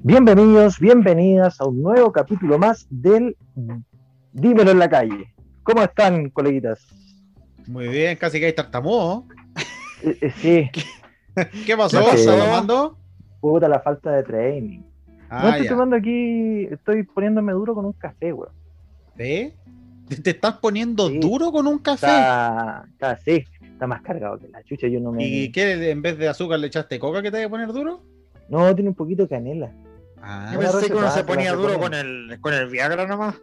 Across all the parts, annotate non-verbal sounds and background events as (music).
Bienvenidos, bienvenidas a un nuevo capítulo más del Dímelo en la calle. ¿Cómo están, coleguitas? Muy bien, casi que hay tartamudo. Eh, eh, sí, ¿Qué pasó? ¿Qué pasó? ¿Estás tomando? puta la falta de training. no Ah, estoy ya. tomando aquí, estoy poniéndome duro con un café, weón. ¿Ve? ¿Te, te estás poniendo Sí. duro con un café? Está, está así, está más cargado que la chucha, yo no me... ¿Y qué? ¿En vez de azúcar le echaste coca que te vaya a poner duro? No, tiene un poquito de canela. Ah, Yo Una pensé que uno receta, se te la ponía duro con recomiendo. el, con el Viagra nomás.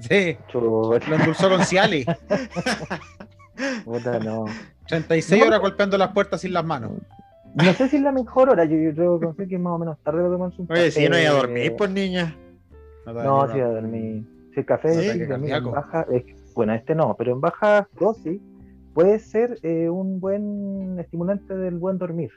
sí. Chor, (laughs) Lo endulzó con Ciali. (laughs) puta, no. 36 horas golpeando las puertas sin las manos. No sé si es la mejor hora, yo, yo creo que sé que es más o menos tarde para tomarse un café. Oye, si yo no iba a Eh, dormir, pues niña. te da No, ni sí, una- a dormir. Si el café Sí, sí, que también en cardíaco. baja, eh, bueno, este no, pero en baja dosis puede ser eh, un buen estimulante del buen dormir.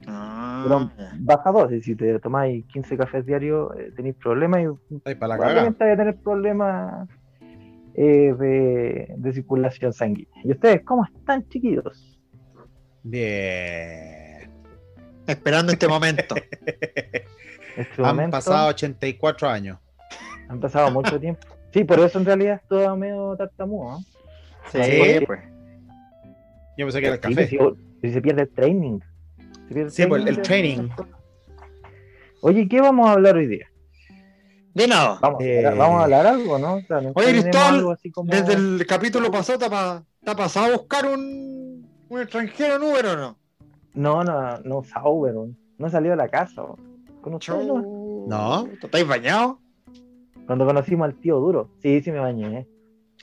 Pero Ah, ya. baja dosis, si te tomáis 15 cafés diarios, eh, tenéis problemas y Estáis para la cagada. probablemente vais a tener problemas eh, de, de circulación sanguínea. ¿Y ustedes cómo están, chiquillos? Bien. Esperando (laughs) este momento. En este Han momento, pasado 84 años. han pasado mucho tiempo. Sí, por eso en realidad estaba medio tartamudo. ¿eh? Sí, Sí, pues. Yo pensé que era el Sí, café. Si, si se pierde el training. Se pierde Sí, pues, el de- training. Oye, ¿qué vamos a hablar hoy día? De nada. Vamos, Eh, a- vamos a hablar algo, ¿no? O sea, no Oye, tenemos Cristóbal, algo así como- Desde el capítulo pasado te pa- te ha pasado a buscar un, un extranjero en Uber o no. No, no, no, Sauber, weón. no salió de la casa. weón. Con ustedes, no? No. ¿Te estáis bañado? Cuando conocimos al tío duro. Sí, sí me bañé. ¿eh?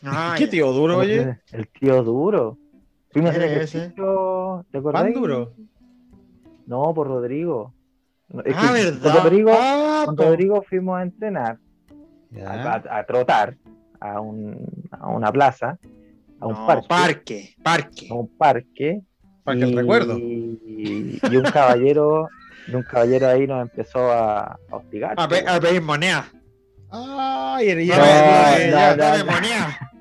Ah, ¿Qué ya. tío duro, oye? El tío duro. Fuimos a hacer Era ese. ejercicio, ¿te acordás? ¿Pan duro? Ah, No, por Rodrigo. No, es Ah, que verdad. Con Rodrigo, Ah, con po. Rodrigo fuimos a entrenar. a, Ya. a- a trotar a, un- a una plaza, a un No, parque, parque, parque. a un parque. Para que el y- recuerdo. Y, y un caballero, y un caballero ahí nos empezó a, a hostigar. A, pe- a pedir moneda. Ay, y- No, No, me- no, eh, ya, no, dame no. moneda.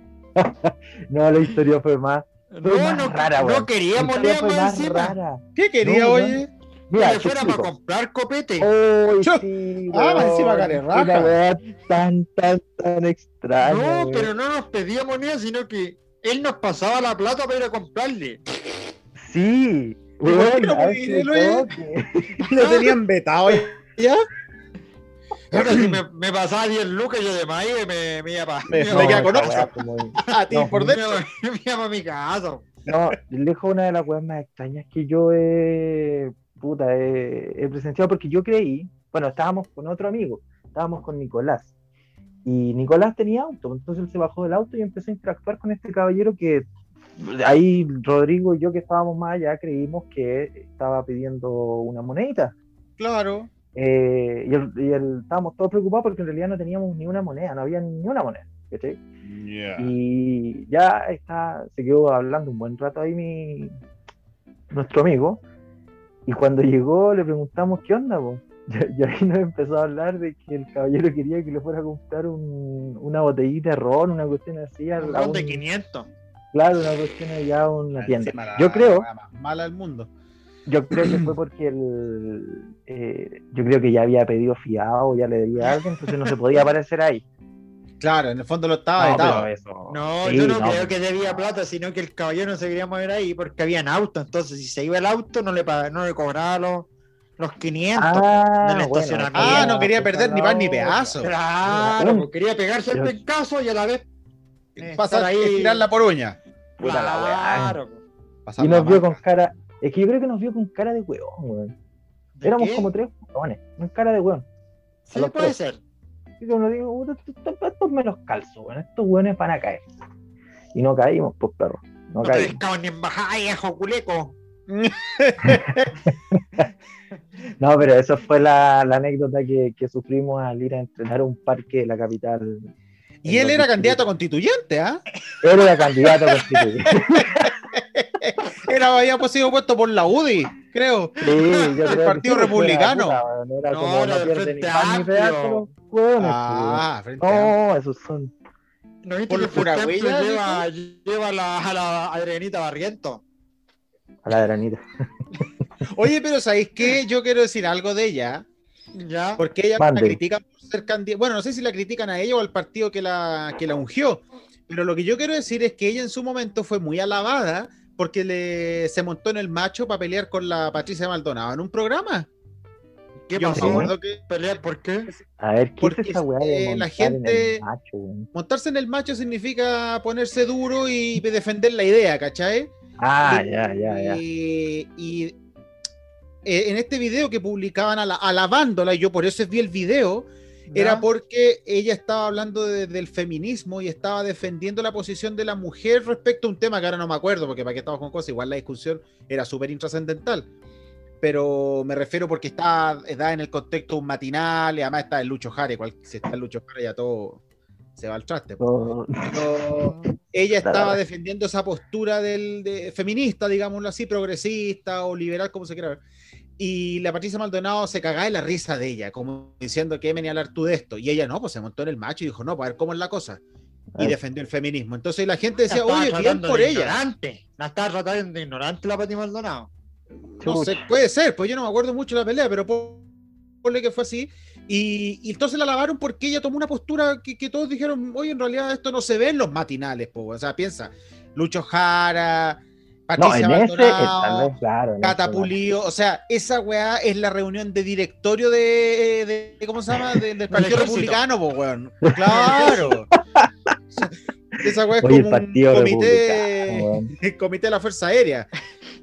No, la historia fue más, Fue No, más no, rara, no weón. quería la historia moneda fue más más encima. rara. ¿Qué quería, No, no. (laughs) oye? Mira, que te fuera para explico. comprar copete. Uy, Yo- sí, Ah, weón, encima cara de raja. Una weá tan, tan, tan extraña. no, weón. pero no nos pedía moneda, sino que él nos pasaba la plata para ir a comprarle. Sí. Pero weón, bueno, a pues, ese dilo, oye. toque. Lo tenían vetado Ah. (laughs) ya. Puta, si me, me pasaba 10 lucas, yo de maíz me, me iba para. Me- No, me queda con esa ocho. weá fue muy- A ti No, por me, dentro. me iba para mi casa. No, lejos una de las cosas más extrañas que yo he, puta, he, he presenciado, porque yo creí, bueno, estábamos con otro amigo, estábamos con Nicolás, y Nicolás tenía auto, entonces él se bajó del auto y empezó a interactuar con este caballero que ahí Rodrigo y yo que estábamos más allá creímos que estaba pidiendo una monedita. Claro. Eh, y, el- y el- estábamos todos preocupados porque en realidad no teníamos ni una moneda, no había ni una moneda. ¿cachai? Y ya está, se quedó hablando un buen rato ahí mi, nuestro amigo. Y cuando llegó le preguntamos qué onda, po? (laughs) Y, y ahí nos empezó a hablar de que el caballero quería que le fuera a comprar un- una botellita de ron, una cuestión así. a- Un a ron de un- 500. claro, una cuestión allá a una tienda. Encima la Yo creo, weá más Mala del mundo. yo creo que (clears throat) fue porque el, eh, yo creo que ya había pedido fiado, ya le debía a alguien, entonces no se podía aparecer (laughs) ahí. Claro, en el fondo lo estaba No, vetado. pero eso- No, sí, yo no, no, creo que debía plata, sino que el caballero no se quería mover ahí porque había en auto. Entonces, si se iba el auto, no le, pag- no le cobraba los, los 500. Ah, del bueno, estacionamiento. Ah, no quería esa es perder ni la pan ni otra. pedazo. Claro, Un- pues, quería pegarse Dios. el pencazo y a la vez. eh, Pasar estar ahí y tirar la por uña. Puta la weá. Claro. pues. Pasar y la nos vio con marca. cara. Es que yo creo que nos vio con cara de huevón, weón. ¿De Éramos qué? como tres huevones, con cara de huevón. Sí, los puede tres. ser. Y como digo, "Puta, estos- estos estos me los calzo, weón. Estos huevones van a caer. Y no caímos, pues perro. No, No te caímos. pescaban ni en bajada, viejo culeco. No, pero esa fue la, la anécdota que, que sufrimos al ir a entrenar a un parque de la capital. Y él era candidato constituyente, ¿ah? Era la candidata (laughs) constituyente. Era, había pues, sido puesto por la UDI, creo. Sí, yo creo que Partido sí, Republicano. Era, puta, weón, era No, como era no del pierde ni Frente pan ni Amplio. pedazo los huevones, Ah, frente pues, a... weón. No, esos son ¿No viste Por que el pura Frente Amplio huella, lleva, lleva la, a la Adrianita Barriento? a la veranita. Oye, pero ¿sabéis qué? Yo quiero decir algo de ella. Ya. Porque ella Mande. la critican por ser candidata. Bueno, no sé si la critican a ella o al partido que la, que la ungió. Pero lo que yo quiero decir es que ella en su momento fue muy alabada porque le, se montó en el macho para pelear con la Patricia Maldonado en un programa. ¿Qué Yo me pasó? pasó? acuerdo que ¿Pelear por qué? A ver, ¿qué es Porque, esa weá de eh, la montar en gente- el macho, weón? montarse en el macho significa ponerse duro y defender la idea, ¿cachai? Ah, Y- ya, ya, ya. Y, y, eh, en este video que publicaban ala- alabándola, y yo por eso vi el video, era porque ella estaba hablando de- del feminismo y estaba defendiendo la posición de la mujer respecto a un tema que ahora no me acuerdo, porque para qué estamos con cosas, igual la discusión era súper intrascendental. Pero me refiero porque está, está en el contexto de un matinal, y además está el Lucho Jare, cual, si está el Lucho Jare ya todo se va al traste. pues. po. Todo- Pero ella estaba Claro. defendiendo esa postura del, de- feminista, digámoslo así, progresista o liberal, como se quiera ver. Y la Patricia Maldonado se cagaba de la risa de ella, como diciendo que venía a hablar tú de esto. Y ella no, pues se montó en el macho y dijo, no, para ver cómo es la cosa. Y Ah. defendió el feminismo. Entonces la gente La decía, estaba oye, bien tratando por de ella. Ignorante. La estaba tratando de ignorante la Pati Maldonado. No sé, Chucha. puede ser, pues yo no me acuerdo mucho de la pelea, pero po- ponle que fue así. Y, y entonces la lavaron porque ella tomó una postura que, que todos dijeron, oye, en realidad esto no se ve en los matinales, po. o sea, piensa, Lucho Jara, No, Patricia en ese, eh, tal Maldonado, vez, claro. en ese, Cata Pulido, o sea, esa weá es la reunión de directorio de, de- de- ¿cómo se llama? (laughs) De- del Partido ejército. Republicano, po, weón. (laughs) Claro. esa weá es Oye, el como un partido comité, republicano, weón. el (laughs) comité de la Fuerza Aérea.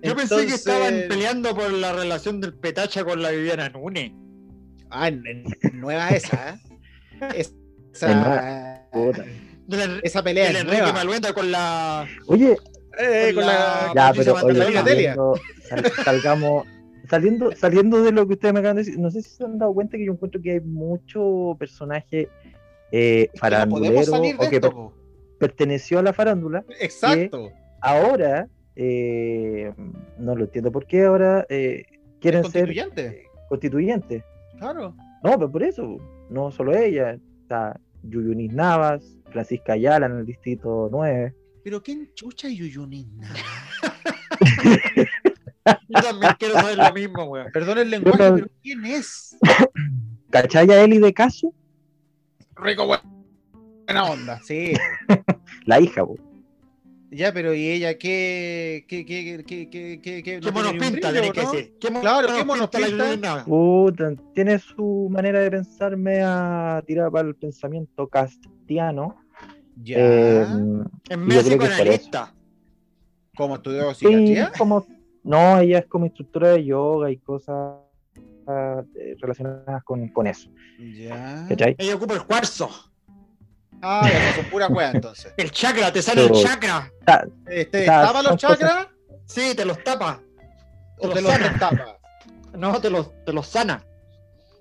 Yo pensé que Entonces- estaban peleando por la relación del Petacha con la Viviana Nune. Ah, en- en- nueva esa, ¿eh? (laughs) Es- Es Esa, Puta. De la- del esa pelea es Enrique nueva. Maluenda con la. Oye, Eh, con la- ya, Patricia pero oye, Magdalena Delia. saliendo, sal- salgamos, saliendo, saliendo de lo que ustedes me acaban de decir, no sé si se han dado cuenta que yo encuentro que hay mucho personaje eh, Es que no farandulero podemos salir de o que esto, per- po. perteneció a la farándula Exacto. ahora, eh, no lo entiendo por qué ahora eh, quieren ser Constituyente. constituyentes. Claro. No, pero por eso, no solo ella, está Yuyunis Navas, Francisca Ayala en el distrito 9. Pero ¿quién chucha y Yuyunina? Yo también quiero saber lo mismo, weón. Perdón el lenguaje, Yo no- pero ¿quién es? ¿Cachaya Eli de Caso? Rico, bu- buena onda. Sí. La hija, po. Ya, pero ¿y ella qué? ¿Qué, qué, qué, qué, qué, qué- Qué no tiene monos ni un pinta, brillo, tenés que ¿no? decir. Qué monos- Claro, qué monos la pinta. Viviana. Puta, tiene su manera de pensar media tirada para el pensamiento castiano. Ya. Eh, Es creo que México es por analista. ¿Cómo estudió sí, psiquiatría? como, no, ella es como instructora de yoga y cosas eh, relacionadas con, con eso. Ya. ¿Cachai? Ella ocupa el cuarzo. Ah, ya, son puras weas entonces. El chakra, te sale el Pero- chakra. Este, Está- ¿Tapa los son cosas- chakras Sí, te los tapa. o Los te los sana. destapa? No, te los, te los sana.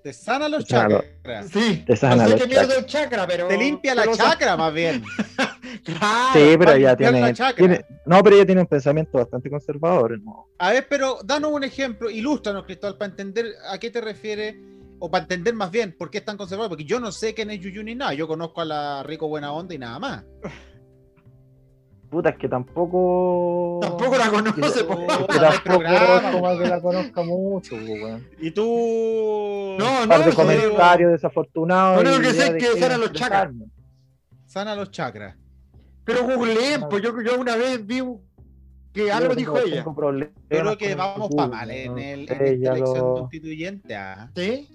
Te sana los Te sana los- chakras. Sí. Te sana no sé los qué mierda chakras. el chakra, pero. Te limpia la pero- chakra más bien. Claro. Sí, pero para ella limpiar la tiene, chacra. tiene- No, pero ella tiene un pensamiento bastante conservador. ¿no? A ver, pero danos un ejemplo, ilústranos, Cristóbal, para entender a qué te refieres, o para entender más bien por qué es tan conservador, porque yo no sé quién es Yuyu ni nada, yo conozco a la Rico Buena Onda y nada más. Puta, es que tampoco. Tampoco la conoce, po. Es que Puta, no hay tampoco programa, como weón. que la conozca mucho, po, weón. Y tú... Un No, no, par de sí, comentarios desafortunados. Lo único y que sé idea es de que sana quieren los chakras. expresarme. Sana los chakras. Pero googleen, pues yo, yo una vez vi que algo Yo dijo tengo- ella. tengo problemas Yo creo que con vamos Google, para mal en, el, en ¿no? esta Ella elección lo- constituyente. ah. ¿Sí?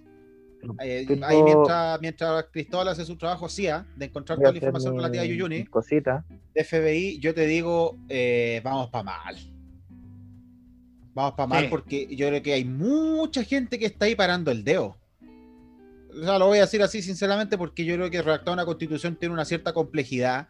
Eh, Tengo- ahí mientras, mientras Cristóbal hace su trabajo, sí, ah, de encontrar voy a toda la hacer información mi- relativa a Yuyuni, mis Cositas. de FBI, yo te digo, eh, vamos para mal. Vamos para mal Sí. porque yo creo que hay mucha gente que está ahí parando el dedo. O sea, lo voy a decir así sinceramente porque yo creo que redactar una constitución tiene una cierta complejidad.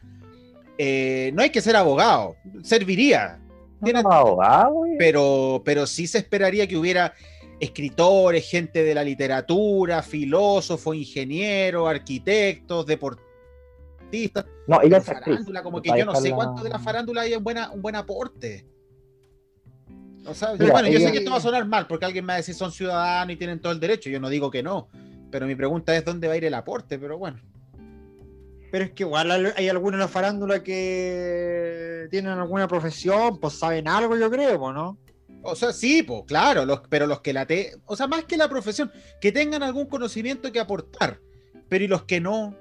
Eh, no hay que ser abogado, serviría, Tiene- No, abogado, güey. pero, pero sí se esperaría que hubiera escritores, gente de la literatura, filósofos, ingenieros, arquitectos, deportistas, No, ella pero es actriz. farándula, como que Para yo no sé dejarla- cuánto de la farándula hay un, buena, un buen aporte. O sea, Mira, bueno, yo ella- sé que esto va a sonar mal porque alguien me va a decir son ciudadanos y tienen todo el derecho, yo no digo que no, pero mi pregunta es dónde va a ir el aporte, pero bueno. Pero es que igual al- hay algunos en la farándula que tienen alguna profesión, pues saben algo, yo creo, pues, ¿no? O sea, sí, pues claro, los, pero los que la te, o sea, más que la profesión, que tengan algún conocimiento que aportar, pero y los que no.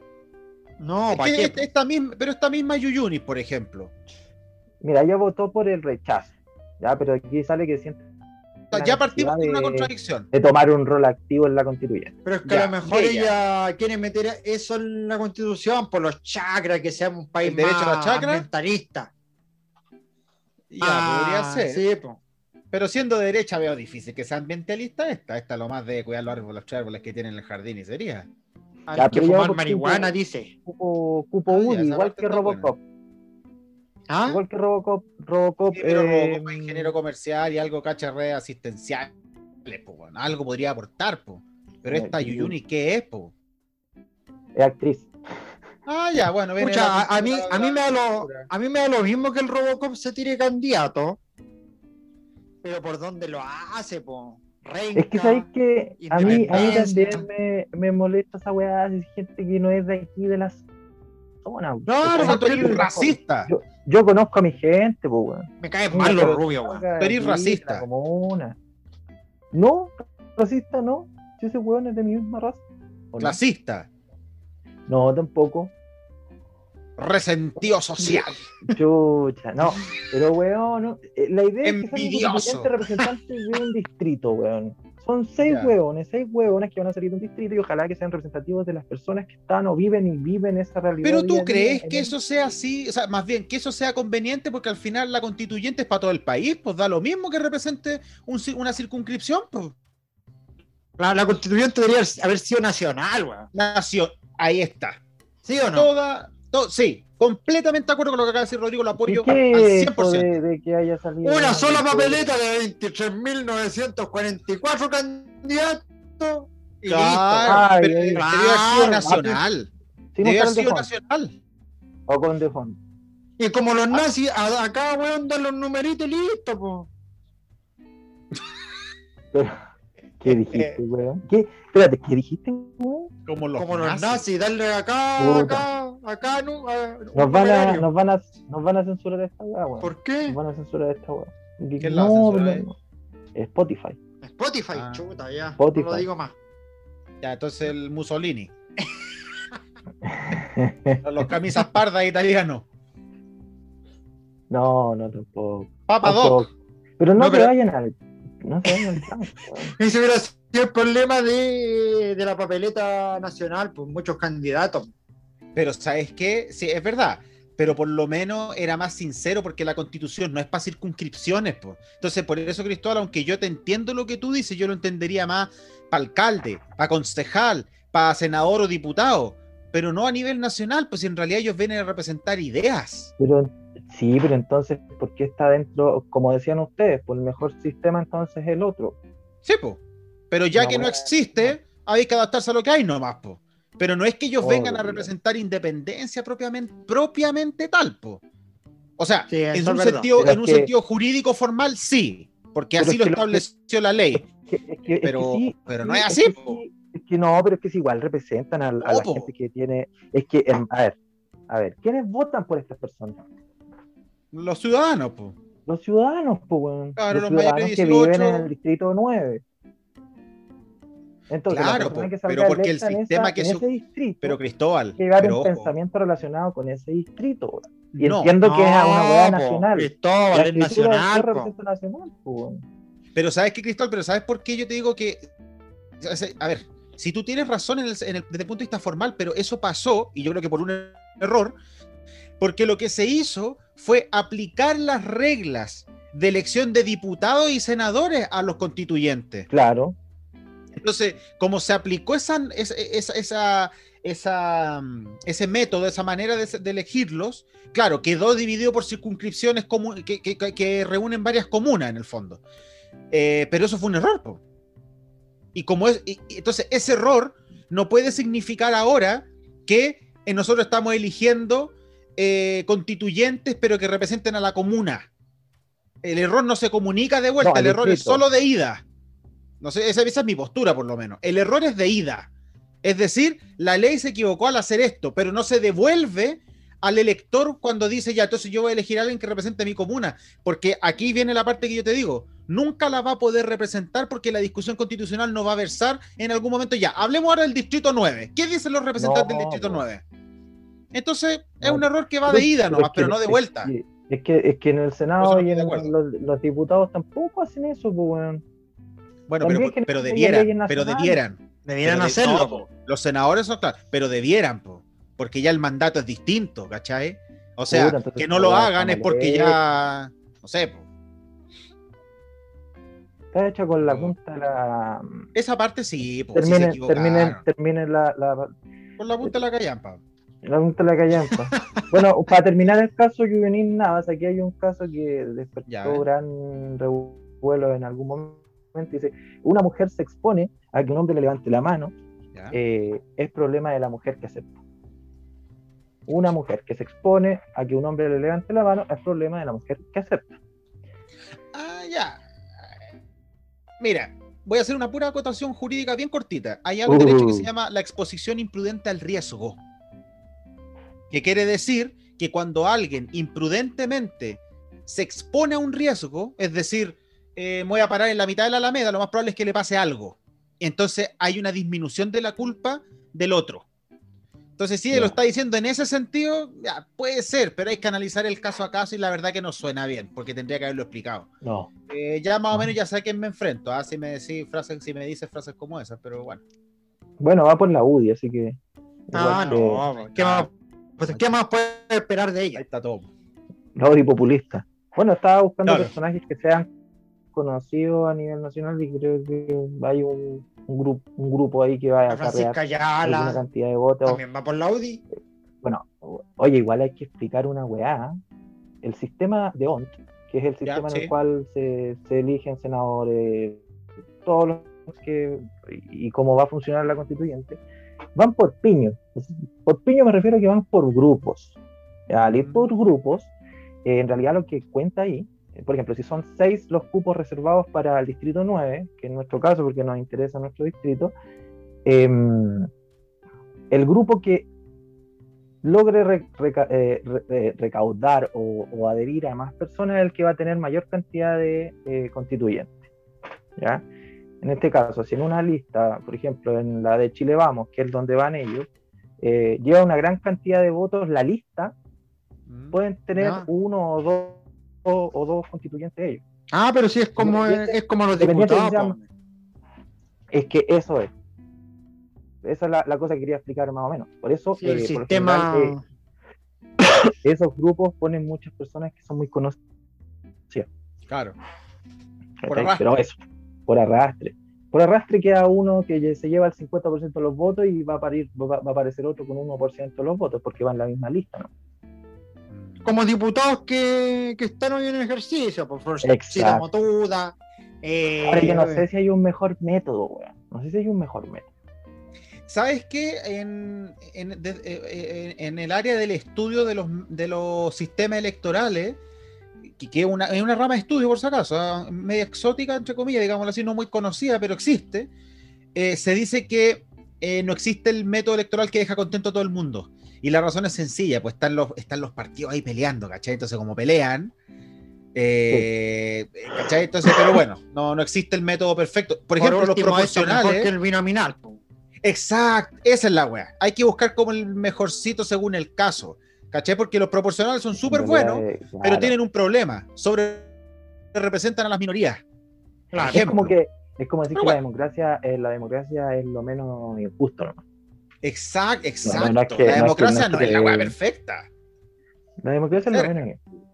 No, Es ¿para que qué? esta- esta misma, pero esta misma Yuyunis, por ejemplo. Mira, ella votó por el rechazo, ya, pero aquí sale que siente O sea, La ya partimos necesidad con una de- contradicción. de tomar un rol activo en la constituyente. Pero es que Ya, a lo mejor ella. ella. quiere meter eso en la constitución por los chakras, que seamos un país ¿El derecho a la más chacra? ambientalista. Ya, Ah, podría ser. Sí, po. Pero siendo de derecha veo difícil que sea ambientalista esta. Esta lo más de cuidar los árboles, los árboles que tiene en el jardín y sería. Hay Ya, que pero yo fumar por marihuana, ejemplo- dice. Cupo, cupo Ah, ya, Woody, esa igual parte que está Robocop, ¿Ah? igual que Robocop, Robocop, Sí, pero eh, como ingeniero mm, comercial y algo cacharre asistencial, po, weón. algo podría aportar, po. pero esta Sí. Yuyuni, ¿qué es? Po? es eh, actriz. Ah, ya, bueno, viene Pucha, la a, a mí, cultura a, mí me da lo, cultura. a mí me da lo mismo que el Robocop se tire candidato. Pero por dónde lo hace, po. Renca. Es que sabéis que a mí, a mí independencia. también me, me molesta esa weá de gente que no es de aquí de la zona. Claro, O sea, tú Yo eres conozco- racista. Yo, yo conozco a mi gente, pues, weón. Me cae mal los Pero- rubios, weón. Acá Tú eres aquí, racista. la comuna. No, racista no. Si ese weón es de mi misma raza. ¿O no? Clasista, No, tampoco. resentido social. Chucha, no. Pero weón, no. Eh, la idea Envidioso. es que sean constituyentes representantes de un distrito, weón. Son seis Ya. weones, seis weones que van a salir de un distrito y ojalá que sean representativos de las personas que están o viven y viven esa realidad. Pero día a tú día crees en que el- eso sea así, o sea, más bien que eso sea conveniente porque al final la constituyente es para todo el país, pues da lo mismo que represente un cir- una circunscripción, pues. La, la constituyente debería haber sido nacional, weón. Nación, ahí está. ¿Sí o no? Toda, to- sí, completamente de acuerdo con lo que acaba de decir Rodrigo, lo ¿Y apoyo al qué es eso 100%. de, de que haya salido? Una sola papeleta de 23.944 candidatos. Y Claro, Ay, ay, pero debería claro. haber sido nacional. Sin Debería mostrar el haber de sido fondo, nacional. O con de fondo. listo. Y como Ah. los nazis, a, a cada weón dan los numeritos y listo, po. (laughs) Pero, ¿Qué dijiste, weón? ¿Qué? Espérate, ¿qué dijiste, weón? Como los, como los nazis. nazis, darle acá, Puta. acá, acá, nu- a- un Nos van, a, numerario. nos, van a, nos van a censurar esta weá, weón. ¿Por qué? Nos van a censurar esta weá. Y- ¿Quién la va a censurar, pero no. Spotify. Spotify, Ah. chuta, ya. Spotify. No lo digo más. Ya, entonces el Mussolini. Los los camisas pardas italianos. (laughs) no, no tampoco. Papa Tampoco. Doc. Pero no, No, se pero- vayan al. No se vayan al campo, weón. (laughs) Ese hubiera sido el problema de, de la papeleta nacional, pues muchos candidatos. Pero ¿sabes qué? Sí, es verdad. Pero por lo menos era más sincero porque la constitución no es para circunscripciones. po. Entonces, por eso, Cristóbal, aunque yo te entiendo lo que tú dices, yo lo entendería más para alcalde, para concejal, para senador o diputado, pero no a nivel nacional, pues si en realidad ellos vienen a representar ideas. Pero sí, pero entonces, ¿por qué está dentro? Como decían ustedes, por el mejor sistema entonces el otro. Sí, po. Pero ya No, que no bueno. existe, hay que adaptarse a lo que hay nomás, po. Pero no es que ellos vengan a Obvio. representar independencia propiamente, propiamente tal, po. O sea, Sí, en eso un, es verdad. sentido, Pero es en un que- sentido jurídico formal, sí. Porque Pero así es lo que lo que- estableció la ley. Que- es que- es que Pero, sí, pero sí, no es es así, que po. sí, es que no, pero es que es igual representan a, a la po. gente que tiene. Es que, em, a ver, a ver, ¿quiénes votan por estas personas? Los ciudadanos, po. Los ciudadanos, pues, weón. Claro, los, los mayores de ciudadanos que viven 18. en el distrito 9. Entonces, la Claro, persona po, que salga pero porque el electa en sistema esa- que en su- ese distrito, Pero Cristóbal, que llevar pero un ojo, pensamiento relacionado con ese distrito. weón. Y no, entiendo que es a una hueá po, nacional. La Cristóbal, es escritura del nacional, perro po. representa nacional, pues, weón. Pero ¿sabes qué, Cristóbal? Pero ¿sabes por qué yo te digo que... A ver, si tú tienes razón en el- en el- desde el punto de vista formal, pero eso pasó, y yo creo que por un er- error, porque lo que se hizo fue aplicar las reglas de elección de diputados y senadores a los constituyentes. Claro. Entonces, como se aplicó esa, esa, esa- esa- esa, mm, ese método, esa manera de, de elegirlos, claro, quedó dividido por circunscripciones comu- que, que- que- que reúnen varias comunas en el fondo. Eh, pero eso fue un error. po. Y como es, y- y entonces ese error no puede significar ahora que eh, nosotros estamos eligiendo eh, constituyentes, pero que representen a la comuna. El error no se comunica de vuelta, No, al el error es distrito. solo de ida. No sé, esa, esa es mi postura por lo menos. El error es de ida. Es decir, la ley se equivocó al hacer esto, pero no se devuelve al elector cuando dice, ya, entonces yo voy a elegir a alguien que represente a mi comuna, porque aquí viene la parte que yo te digo, nunca la va a poder representar porque la discusión constitucional no va a versar en algún momento ya. Hablemos ahora del Distrito 9. ¿Qué dicen los representantes No, del Distrito pues. 9? Entonces, es No. un error que va de ida nomás, que- pero no de Pues, es vuelta. que- Es que, es que en el Senado Por eso no y en estoy de acuerdo. los, los diputados tampoco hacen eso, pues, weón. Bueno, También pero, que no pero haya leyes debieran, pero nacionales. debieran. Debieran Pero de- hacerlo. no, po. los senadores son claros, pero debieran, po, porque ya el mandato es distinto, ¿cachai? O sea, Puta, entonces que no lo ya hagan es estamos porque lejos. ya, no sé, po. Está hecha con la punta de la. esa parte sí, po, sí se Terminen, equivocaron. terminen, terminen la, la, Por la punta de la callampa. La punta de la callampa. bueno, para terminar el caso Juvenil Navas, aquí hay un caso que despertó Ya, eh. gran revuelo en algún momento. Dice, una mujer se expone a que un hombre le levante la mano, ¿ya? eh, es problema de la mujer que acepta. Una mujer que se expone a que un hombre le levante la mano, es problema de la mujer que acepta. Ah, ya. Mira, voy a hacer una pura acotación jurídica bien cortita. Hay algo en Uh. derecho que se llama la exposición imprudente al riesgo. Que quiere decir que cuando alguien imprudentemente se expone a un riesgo, es decir, eh, me voy a parar en la mitad de la alameda, lo más probable es que le pase algo. Entonces hay una disminución de la culpa del otro. Entonces, si él lo Ya. está diciendo en ese sentido, ya, puede ser, pero hay que analizar el caso a caso y la verdad que no suena bien, porque tendría que haberlo explicado. No. Eh, ya más o menos ya sé a quién me enfrento, ah, si me decís frases, si me dices frases como esas, pero bueno. Bueno, va por la UDI, así que... Ah, igual que no. po. ¿Qué más, pues, ¿qué más puedes esperar de Ahí ella? está todo. La UDI populista. Bueno, estaba buscando Claro. personajes que sean conocidos a nivel nacional y creo que hay un, un, grupo, un grupo ahí que va a La acarrear Francisca alguna Ayala cantidad de votos. también va por la Audi. Bueno, oye, igual hay que explicar una weá. El sistema de ONT, que es el Ya, sistema en sí. el cual se, se eligen senadores, todos los que. y cómo va a funcionar la constituyente, van por piño. Por piño me refiero a que van por grupos. Al Mm. ir por grupos, eh, en realidad lo que cuenta ahí, eh, por ejemplo, si son seis los cupos reservados para el distrito 9, que en nuestro caso, porque nos interesa nuestro distrito, em, el grupo que logre re- reca- eh, re- eh, recaudar o, o adherir a más personas es el que va a tener mayor cantidad de eh, constituyentes. ¿ya? En este caso, si en una lista, por ejemplo, en la de Chile Vamos, que es donde van ellos, eh, lleva una gran cantidad de votos la lista, Mm. pueden tener Ya. uno o dos o, o dos constituyentes ellos. Ah, pero sí es como, Dependiente- es como los dependiente diputados. este que po. Es que eso es. Esa es la, la cosa que quería explicar más o menos. Por eso, Sí, el eh, por lo sistema. general, eh, esos grupos ponen muchas personas que son muy conocidas. Claro. Por ¿cachai? arrastre. Pero eso, por arrastre. Por arrastre queda uno que lle- se lleva el 50% de los votos y va a, parir- va, va a aparecer otro con 1% de los votos porque va en la misma lista. ¿no? como diputados que, que están hoy en ejercicio, por Florcita Exacto. Motuda. Eh, Ahora yo no sé si hay un mejor método, weón. No sé si hay un mejor método. ¿Sabes qué? En, en- de- eh, eh, en el área del estudio de los, de los sistemas electorales, que, que es una, es una rama de estudio, por si acaso, ah, media exótica, entre comillas, digámoslo así, no muy conocida, pero existe, eh, se dice que eh, no existe el método electoral que deja contento a todo el mundo. Y la razón es sencilla, pues están los, están los partidos ahí peleando, ¿cachai? Entonces, como pelean, eh, ¿cachai? Entonces, pero bueno, no, no existe el método perfecto. Por ejemplo, último, los esto es mejor proporcionales... que el binominal. po. Exacto, esa es la wea. Hay que buscar como el mejorcito según el caso. ¿Caché? Porque los proporcionales son súper En realidad, buenos, eh, pero claro. tienen un problema. Sobre representan a las minorías. Claro. Es como que es como decir Pero que la bueno. democracia, eh, la democracia es lo menos injusto, ¿no? Exacto, exacto. No, no es que- no es la que- democracia no no es es, la que- wea perfecta. La democracia es lo Cerca. menos injusto.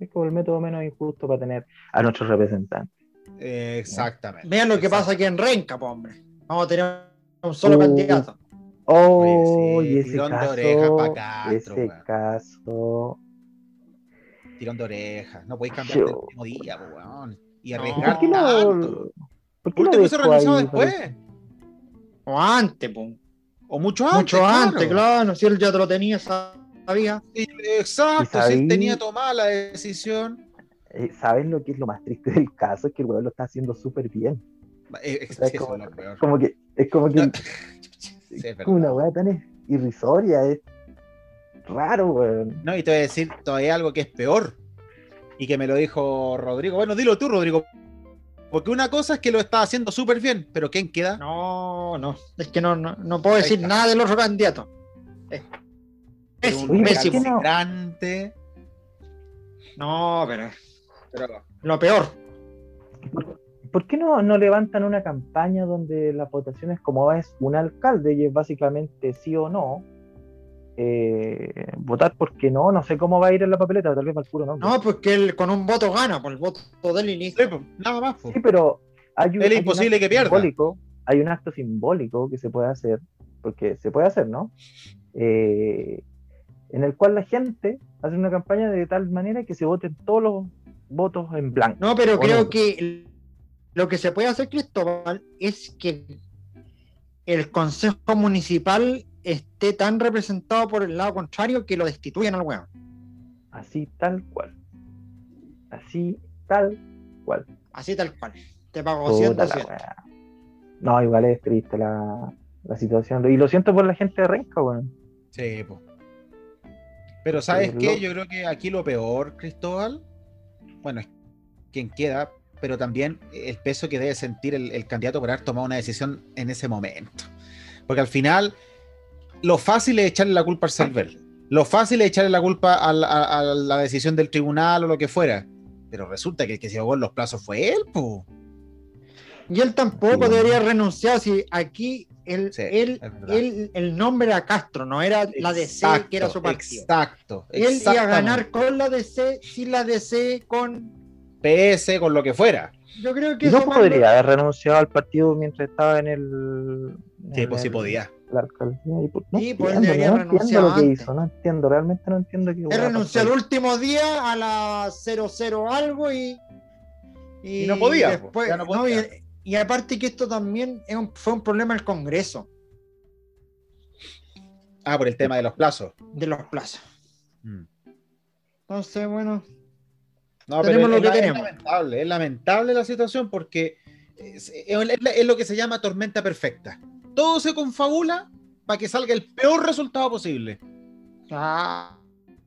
Es como el método menos injusto para tener a nuestros representantes. Eh, Exactamente. Vean lo que exacto. pasa aquí en Renca, po, hombre. Vamos a tener un solo Uh, candidato. Oh, Oye, sí, y ese tirón de caso, oreja pa' Castro, ese weón. caso, Tirón de orejas. No podéis cambiar el Yo- último día, po, weón. Y No. ¿por arriesgar qué tanto. no? ¿Por qué lo Porque hubiese dejó renunciado ahí? después. O antes, po. O mucho antes. mucho antes, claro. Si él ya te lo tenía, sabía. Sí, Exacto. Y Si él sabí- tenía tomada la decisión. Eh, ¿Saben lo que es lo más triste del caso? Es que el weón lo está haciendo súper bien. Eh, eh, O sea, sí, es eso como, es lo peor. como (laughs) que es como que No. Sí, es como una verdad. weá tan irrisoria. Es raro, weón. No, y te voy a decir todavía algo que es peor y que me lo dijo Rodrigo. Bueno, dilo tú, Rodrigo. Porque una cosa es que lo está haciendo súper bien, pero ¿quién queda? No, no, es que no, no, no puedo decir nada del otro candidato. Es Es un un Oye, ¿por pésimo. qué no? inmigrante. No, pero Pero- lo peor. ¿Por qué no, no levantan una campaña donde las votaciones, como es un alcalde y es básicamente sí o no, eh, votar porque no? No sé cómo va a ir en la papeleta, tal vez va el puro nombre. No, porque él con un voto gana, por el voto del Sí, inicio. pues, nada más. pues. Sí, pero hay un, Es hay un imposible acto que pierda. Simbólico, hay un acto simbólico que se puede hacer, porque se puede hacer, ¿no? Eh, en el cual la gente hace una campaña de tal manera que se voten todos los votos en blanco. No, pero O creo no. que lo que se puede hacer, Cristóbal, es que el Consejo Municipal esté tan representado por el lado contrario que lo destituyan al weón. Así tal cual. Así tal cual. Así tal cual. Te pago Puta 100, la 100. weá. No, igual es triste la, la situación. Y lo siento por la gente de Renca, weón. Sí, po. Pero ¿sabes Pero qué? lo- Yo creo que aquí lo peor, Cristóbal, bueno, es quien queda, pero también el peso que debe sentir el, el candidato por haber tomado una decisión en ese momento. Porque al final, lo fácil es echarle la culpa al Salver, lo fácil es echarle la culpa al- a, a la decisión del tribunal o lo que fuera. Pero resulta que el que se ahogó en los plazos fue él, po. Y él tampoco Sí. debería renunciar si aquí el, Sí, el, es verdad. el, el nombre era Castro, no era la DC que era su partido. Exacto. Y él iba a exactamente. ganar con la DC, sin la DC, con. PS con lo que fuera. Yo creo que. No ese man- podría haber renunciado al partido mientras estaba en el. Sí, en pues sí el- podía. la alcaldía. Y, pues, no Sí, entiendo, pues, él debería no entiendo renunciar lo que antes. hizo, no entiendo, realmente no entiendo qué Él hueá renunció al pasó. último día a la 00 algo y. Y no podía, po, después- ya no no, podía. y, y aparte que esto también es un- fue un problema del Congreso, Ah, por el tema de los plazos. de los plazos. Mm. Entonces, bueno. No, pero Tenemos lo es, que es tenemos. lamentable, es lamentable la situación porque es, es- es lo que se llama tormenta perfecta. Todo se confabula para que salga el peor resultado posible. ah,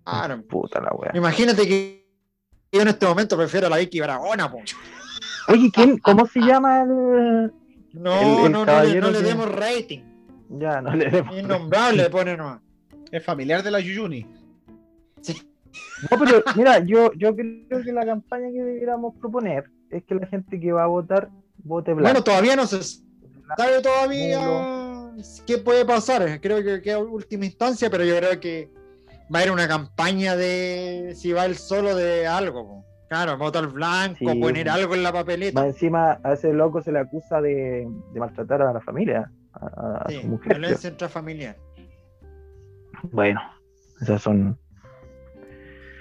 Claro. Puta la wea. Imagínate que yo en este momento prefiero a la Vicky Barahona, po. Oye, ¿quién, ¿cómo se llama el.? No, El- el no, no, le, caballero no le que- demos rating. Ya, no le demos. Innombrable le ponen nomás. Es familiar de la Yuyuni. No, pero mira, yo, yo creo que la campaña que debiéramos proponer es que la gente que va a votar vote Bueno, blanco. todavía no se sabe todavía qué puede pasar. Creo que queda última instancia, pero yo creo que va a ir una campaña de si va el solo de algo. po. Claro, votar blanco, Sí. poner algo en la papeleta. Más encima a ese loco se le acusa de, de maltratar a la familia, a, a Sí, su mujer. violencia intrafamiliar. Bueno, esas son.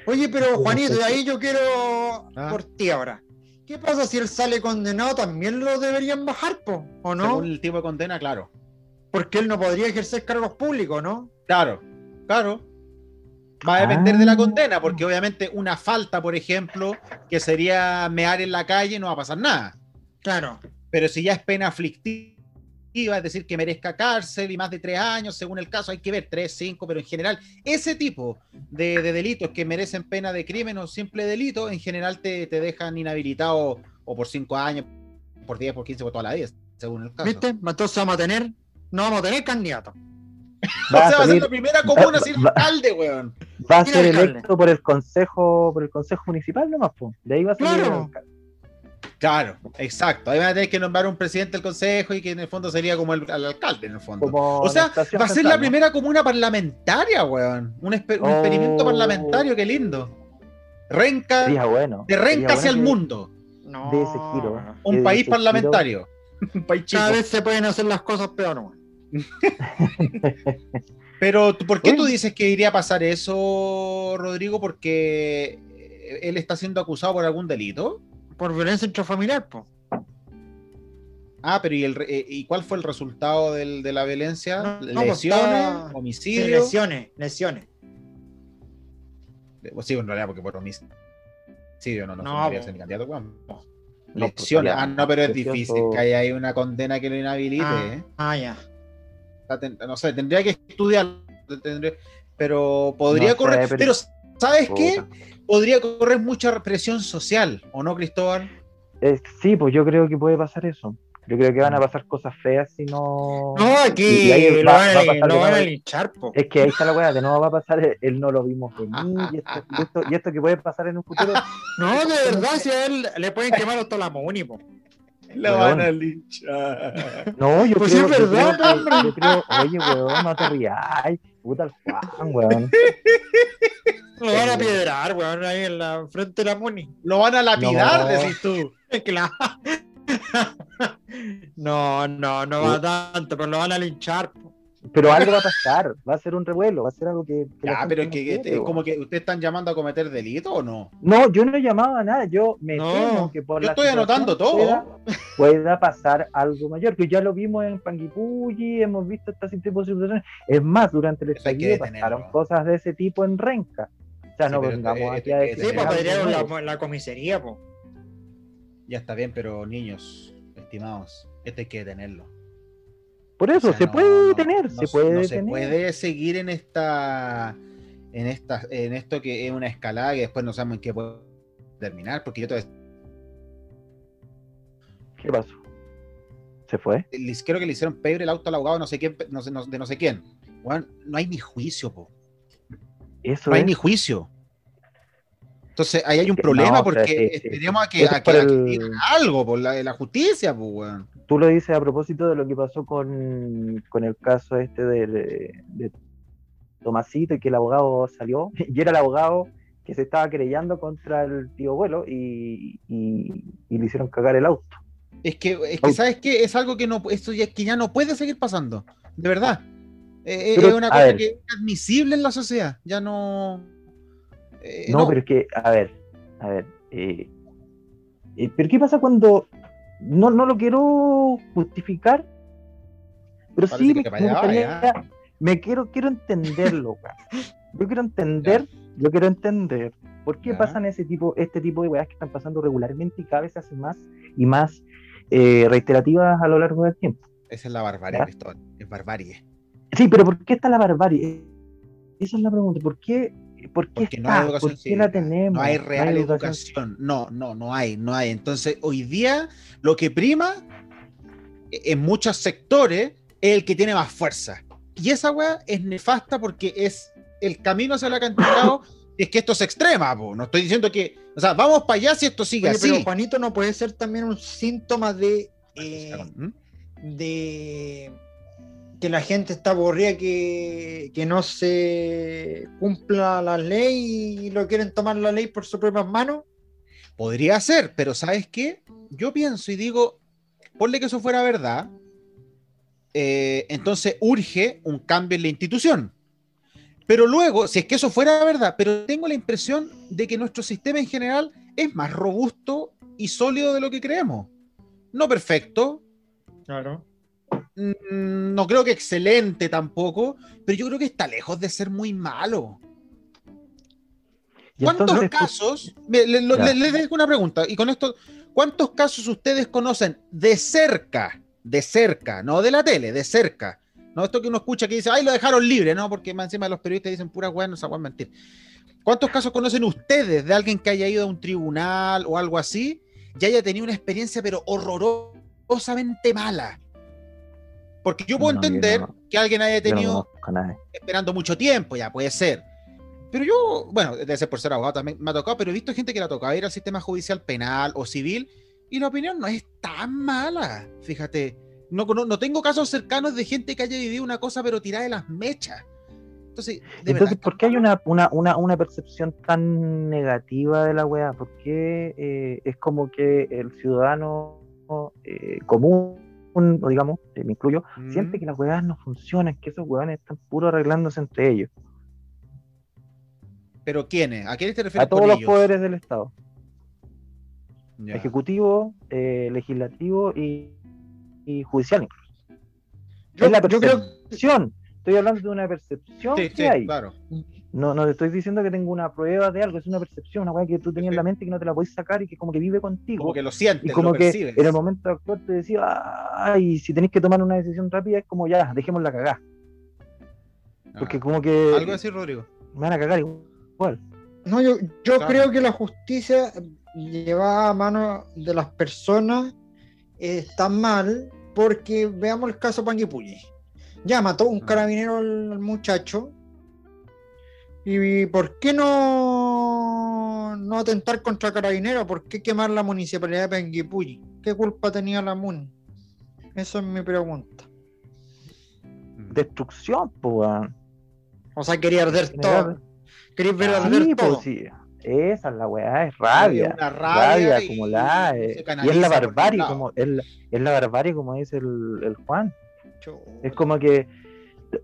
Oye, pero Sí, Juanito, sí, de sí. ahí yo quiero Ah. por ti ahora. ¿Qué pasa si él sale condenado? ¿También lo deberían bajar, po? ¿O no? Según el tipo de condena, claro. Porque él no podría ejercer cargos públicos, ¿no? Claro, claro. Va a depender de Ah. la condena, porque obviamente una falta, por ejemplo, que sería mear en la calle, no va a pasar nada. Claro. pero si ya es pena aflictiva, es decir, que merezca cárcel y más de tres años, según el caso, hay que ver, tres, cinco, pero en general, ese tipo de, de delitos que merecen pena de crimen o simple delito, en general te, te dejan inhabilitado o por cinco años, por diez, por quince, por toda la vida, según el caso. ¿Viste? Entonces vamos a tener, no vamos a tener candidato. O Va a sea, va a ser salir- la primera comuna sin va- alcalde, weón. va a Sin ser alcalde. electo por el consejo por el consejo municipal nomás po. de ahí va a ser Claro. el alcalde. Claro, exacto. Ahí van a tener que nombrar un presidente del consejo y que en el fondo sería como el, al alcalde, en el fondo. como O sea, Anastasia va a ser Central, la ¿no? primera comuna parlamentaria, weón. Un, espe- un Oh. experimento parlamentario, qué lindo. Renca, Sería bueno de sería Renca hacia el bueno mundo. No. De ese giro. que Un país dice, parlamentario. Un país chico. Cada vez se pueden hacer las cosas peor. weón. Pero, ¿tú- ¿por qué Uy. tú dices que iría a pasar eso, Rodrigo? Porque eh, él está siendo acusado por algún delito. Por violencia intrafamiliar, po. Ah, pero ¿y, el re- eh, ¿y cuál fue el resultado del- de la violencia? No, no, pues, Lesiones, está- Sí, homicidio. lesiones, lesiones. Eh, pues Sí, en realidad, porque por homicidio no, no, No, no podría po. ser mi candidato, weón. No, pues, Lesiones. estaría Ah, no, pero es precioso. difícil que haya ahí una condena que lo inhabilite. Ah, ¿eh? ah, ya. O sea, ten- No sé, tendría que estudiar. tendría- pero podría No sé, correr. pero- Pero, ¿sabes qué? Puta. Podría correr mucha represión social, ¿o no, Cristóbal? Eh, sí, pues yo creo que puede pasar eso. Yo creo que van a pasar cosas feas si no. No, Oh. Y- y ahí aquí lo va- van va a, a pasar lo de van a nuevo. linchar, po. Es que ahí está la weá, de nuevo va a pasar, el- el no lo vimos venir, y esto, y esto, y esto que puede pasar en un (laughs) futuro. No, de (laughs) verdad, si a él le pueden quemar hasta la moni, po. La van a linchar. No, yo Pues creo, es yo verdad, creo que- yo creo- oye, weón, no te rías, Ay, puta el Juan, weón. Lo van a piedrar, weón, ahí en la frente de la moni. (laughs) Lo van a lapidar, No. decís tú. Claro. (laughs) No, no, no va tanto, pero lo van a linchar. po. Pero algo va a pasar, va a ser un revuelo, va a ser algo que... que la Ya, gente pero es no que este, quiere, es weón. como que ustedes están llamando a cometer delito o no. No, yo no he llamado a nada, yo me No, temo que por yo la estoy situación anotando todo. Pueda, pueda pasar algo mayor, que ya lo vimos en Panguipulli, hemos visto este tipo de situaciones. Es más, durante el Eso hay que estallido detenerlo. pasaron cosas de ese tipo en Renca. O sea, Sí, no pero vengamos esto- este, aquí a esto hay que decir... Sí, Pero pues algo podrían nuevo. la, la comisaría, po. Ya está bien, pero niños, estimados, este hay que detenerlo. Por eso, O sea, se no- puede no- detener, no se puede no se detener. puede seguir en esta, en esta, en esto que es una escalada que después no sabemos en qué puede terminar, porque yo todavía- ¿Qué pasó? ¿Se fue? les- creo que le hicieron pedir el auto al abogado no sé quién, no sé- no- de no sé quién. Weón, no hay ni juicio, po. Eso no hay es. ni juicio. Entonces ahí hay un Que- problema no, porque sí, sí, sí. esperemos a que, Eso a es que- por a que el- digan algo, por la, la justicia, pues, weón. Tú lo dices a propósito de lo que pasó con, con el caso este de, de- de Tomasito y que el abogado salió (laughs) y era el abogado que se estaba querellando contra el tío abuelo y, y- y le hicieron cagar el auto. Es que, es que Au- ¿sabes qué? Es algo que no, esto ya, que ya no puede seguir pasando, de verdad. Eh, eh, Pero, es una a cosa ver. que es inadmisible en la sociedad, ya no... eh, no, pero es que, a ver, a ver. eh, eh, pero ¿qué pasa cuando.? No, no lo quiero justificar, pero Parece sí que me, me te vayaba, gustaría- ya. me quiero, quiero entenderlo, (laughs) weón. Yo quiero entender Yo quiero entender por qué Ya. pasan ese tipo, este tipo de weas que están pasando regularmente y cada vez se hacen más y más eh, reiterativas a lo largo del tiempo. Esa es la barbarie, ¿Ya? Cristóbal, es barbarie. Sí, pero ¿por qué está la barbarie? Esa es la pregunta. ¿Por qué, por qué Porque no hay está? educación ¿Por qué cívica, la tenemos? No hay real educación. educación. No, no, no hay, no hay. Entonces, hoy día lo que prima e- en muchos sectores es el que tiene más fuerza. Y esa weá es nefasta porque es el camino hacia el acantilado. es que esto es extrema, po. no estoy diciendo que. O sea, vamos para allá si esto sigue Oye, Pero así. Juanito no puede ser también un síntoma de, eh, ¿Mm? de que la gente está aburrida, que, que no se cumpla la ley y lo quieren tomar la ley por sus propias manos. Podría ser, pero ¿sabes qué? Yo pienso y digo, ponle que eso fuera verdad, eh, entonces urge un cambio en la institución. Pero luego, si es que eso fuera verdad, pero tengo la impresión de que nuestro sistema en general es más robusto y sólido de lo que creemos. No perfecto, Claro. mm, no creo que excelente tampoco, pero yo creo que está lejos de ser muy malo. Y ¿Cuántos entonces, pues, casos? me- le- lo- Ya. le- Les dejo una pregunta, y con esto, ¿cuántos casos ustedes conocen de cerca, de cerca, no de la tele, de cerca? No, esto que uno escucha que dice, ay, lo dejaron libre, no, porque más encima los periodistas dicen pura weá, no se pueden mentir. ¿Cuántos casos conocen ustedes de alguien que haya ido a un tribunal o algo así y haya tenido una experiencia, pero horrorosamente mala? Porque yo puedo No, yo entender no- que alguien haya yo no tenido conozco a nadie. esperando mucho tiempo, ya puede ser. Pero yo, bueno, debe ser por ser abogado también me ha tocado, pero he visto gente que le ha tocado ir al sistema judicial penal o civil y la opinión no es tan mala, fíjate. No, cono- no tengo casos cercanos de gente que haya vivido una cosa pero tirada de las mechas. Entonces, de verdad, Entonces, ¿por qué hay una, una, una, una percepción tan negativa de la weá? ¿Por qué eh, es como que el ciudadano eh, común, o digamos, eh, me incluyo, Mm. siente que las huevadas no funcionan, que esos huevones están puro arreglándose entre ellos, ¿Pero quiénes? ¿A quiénes te refieres a todos con los ellos? poderes del Estado, Ya. ejecutivo, eh, legislativo y, y judicial. incluso. Yo, es la yo creo percepción, estoy hablando de una percepción Sí, que sí, hay. claro. No, no te estoy diciendo que tengo una prueba de algo, es una percepción, una hueá que tú tenías en la mente y que no te la podés sacar y que como que vive contigo. Como que lo sientes, y como lo que percibes. en el momento actual te decía, ay, si tenés que tomar una decisión rápida, es como ya, dejémosla cagar. Porque como que. Ah. Algo así, Rodrigo. Me van a cagar igual. No, yo, yo Claro. creo que la justicia llevada a mano de las personas eh, está mal porque veamos el caso Panguipulli. Ya mató un Ah. carabinero al, al muchacho. ¿Y por qué no, no atentar contra carabinero? ¿Por qué quemar la municipalidad de Panguipulli? ¿Qué culpa tenía la MUN? Esa es mi pregunta. Destrucción, pues, weón. O sea, quería arder todo. Quería ver arder Sí, todo. pues, sí. Esa es la weá, es rabia. Una rabia, y- acumulada. y eh, se Y, canaliza es la por barbarie, un lado. como, es, la, es la barbarie, como dice el, el Juan. Es Chuta. como que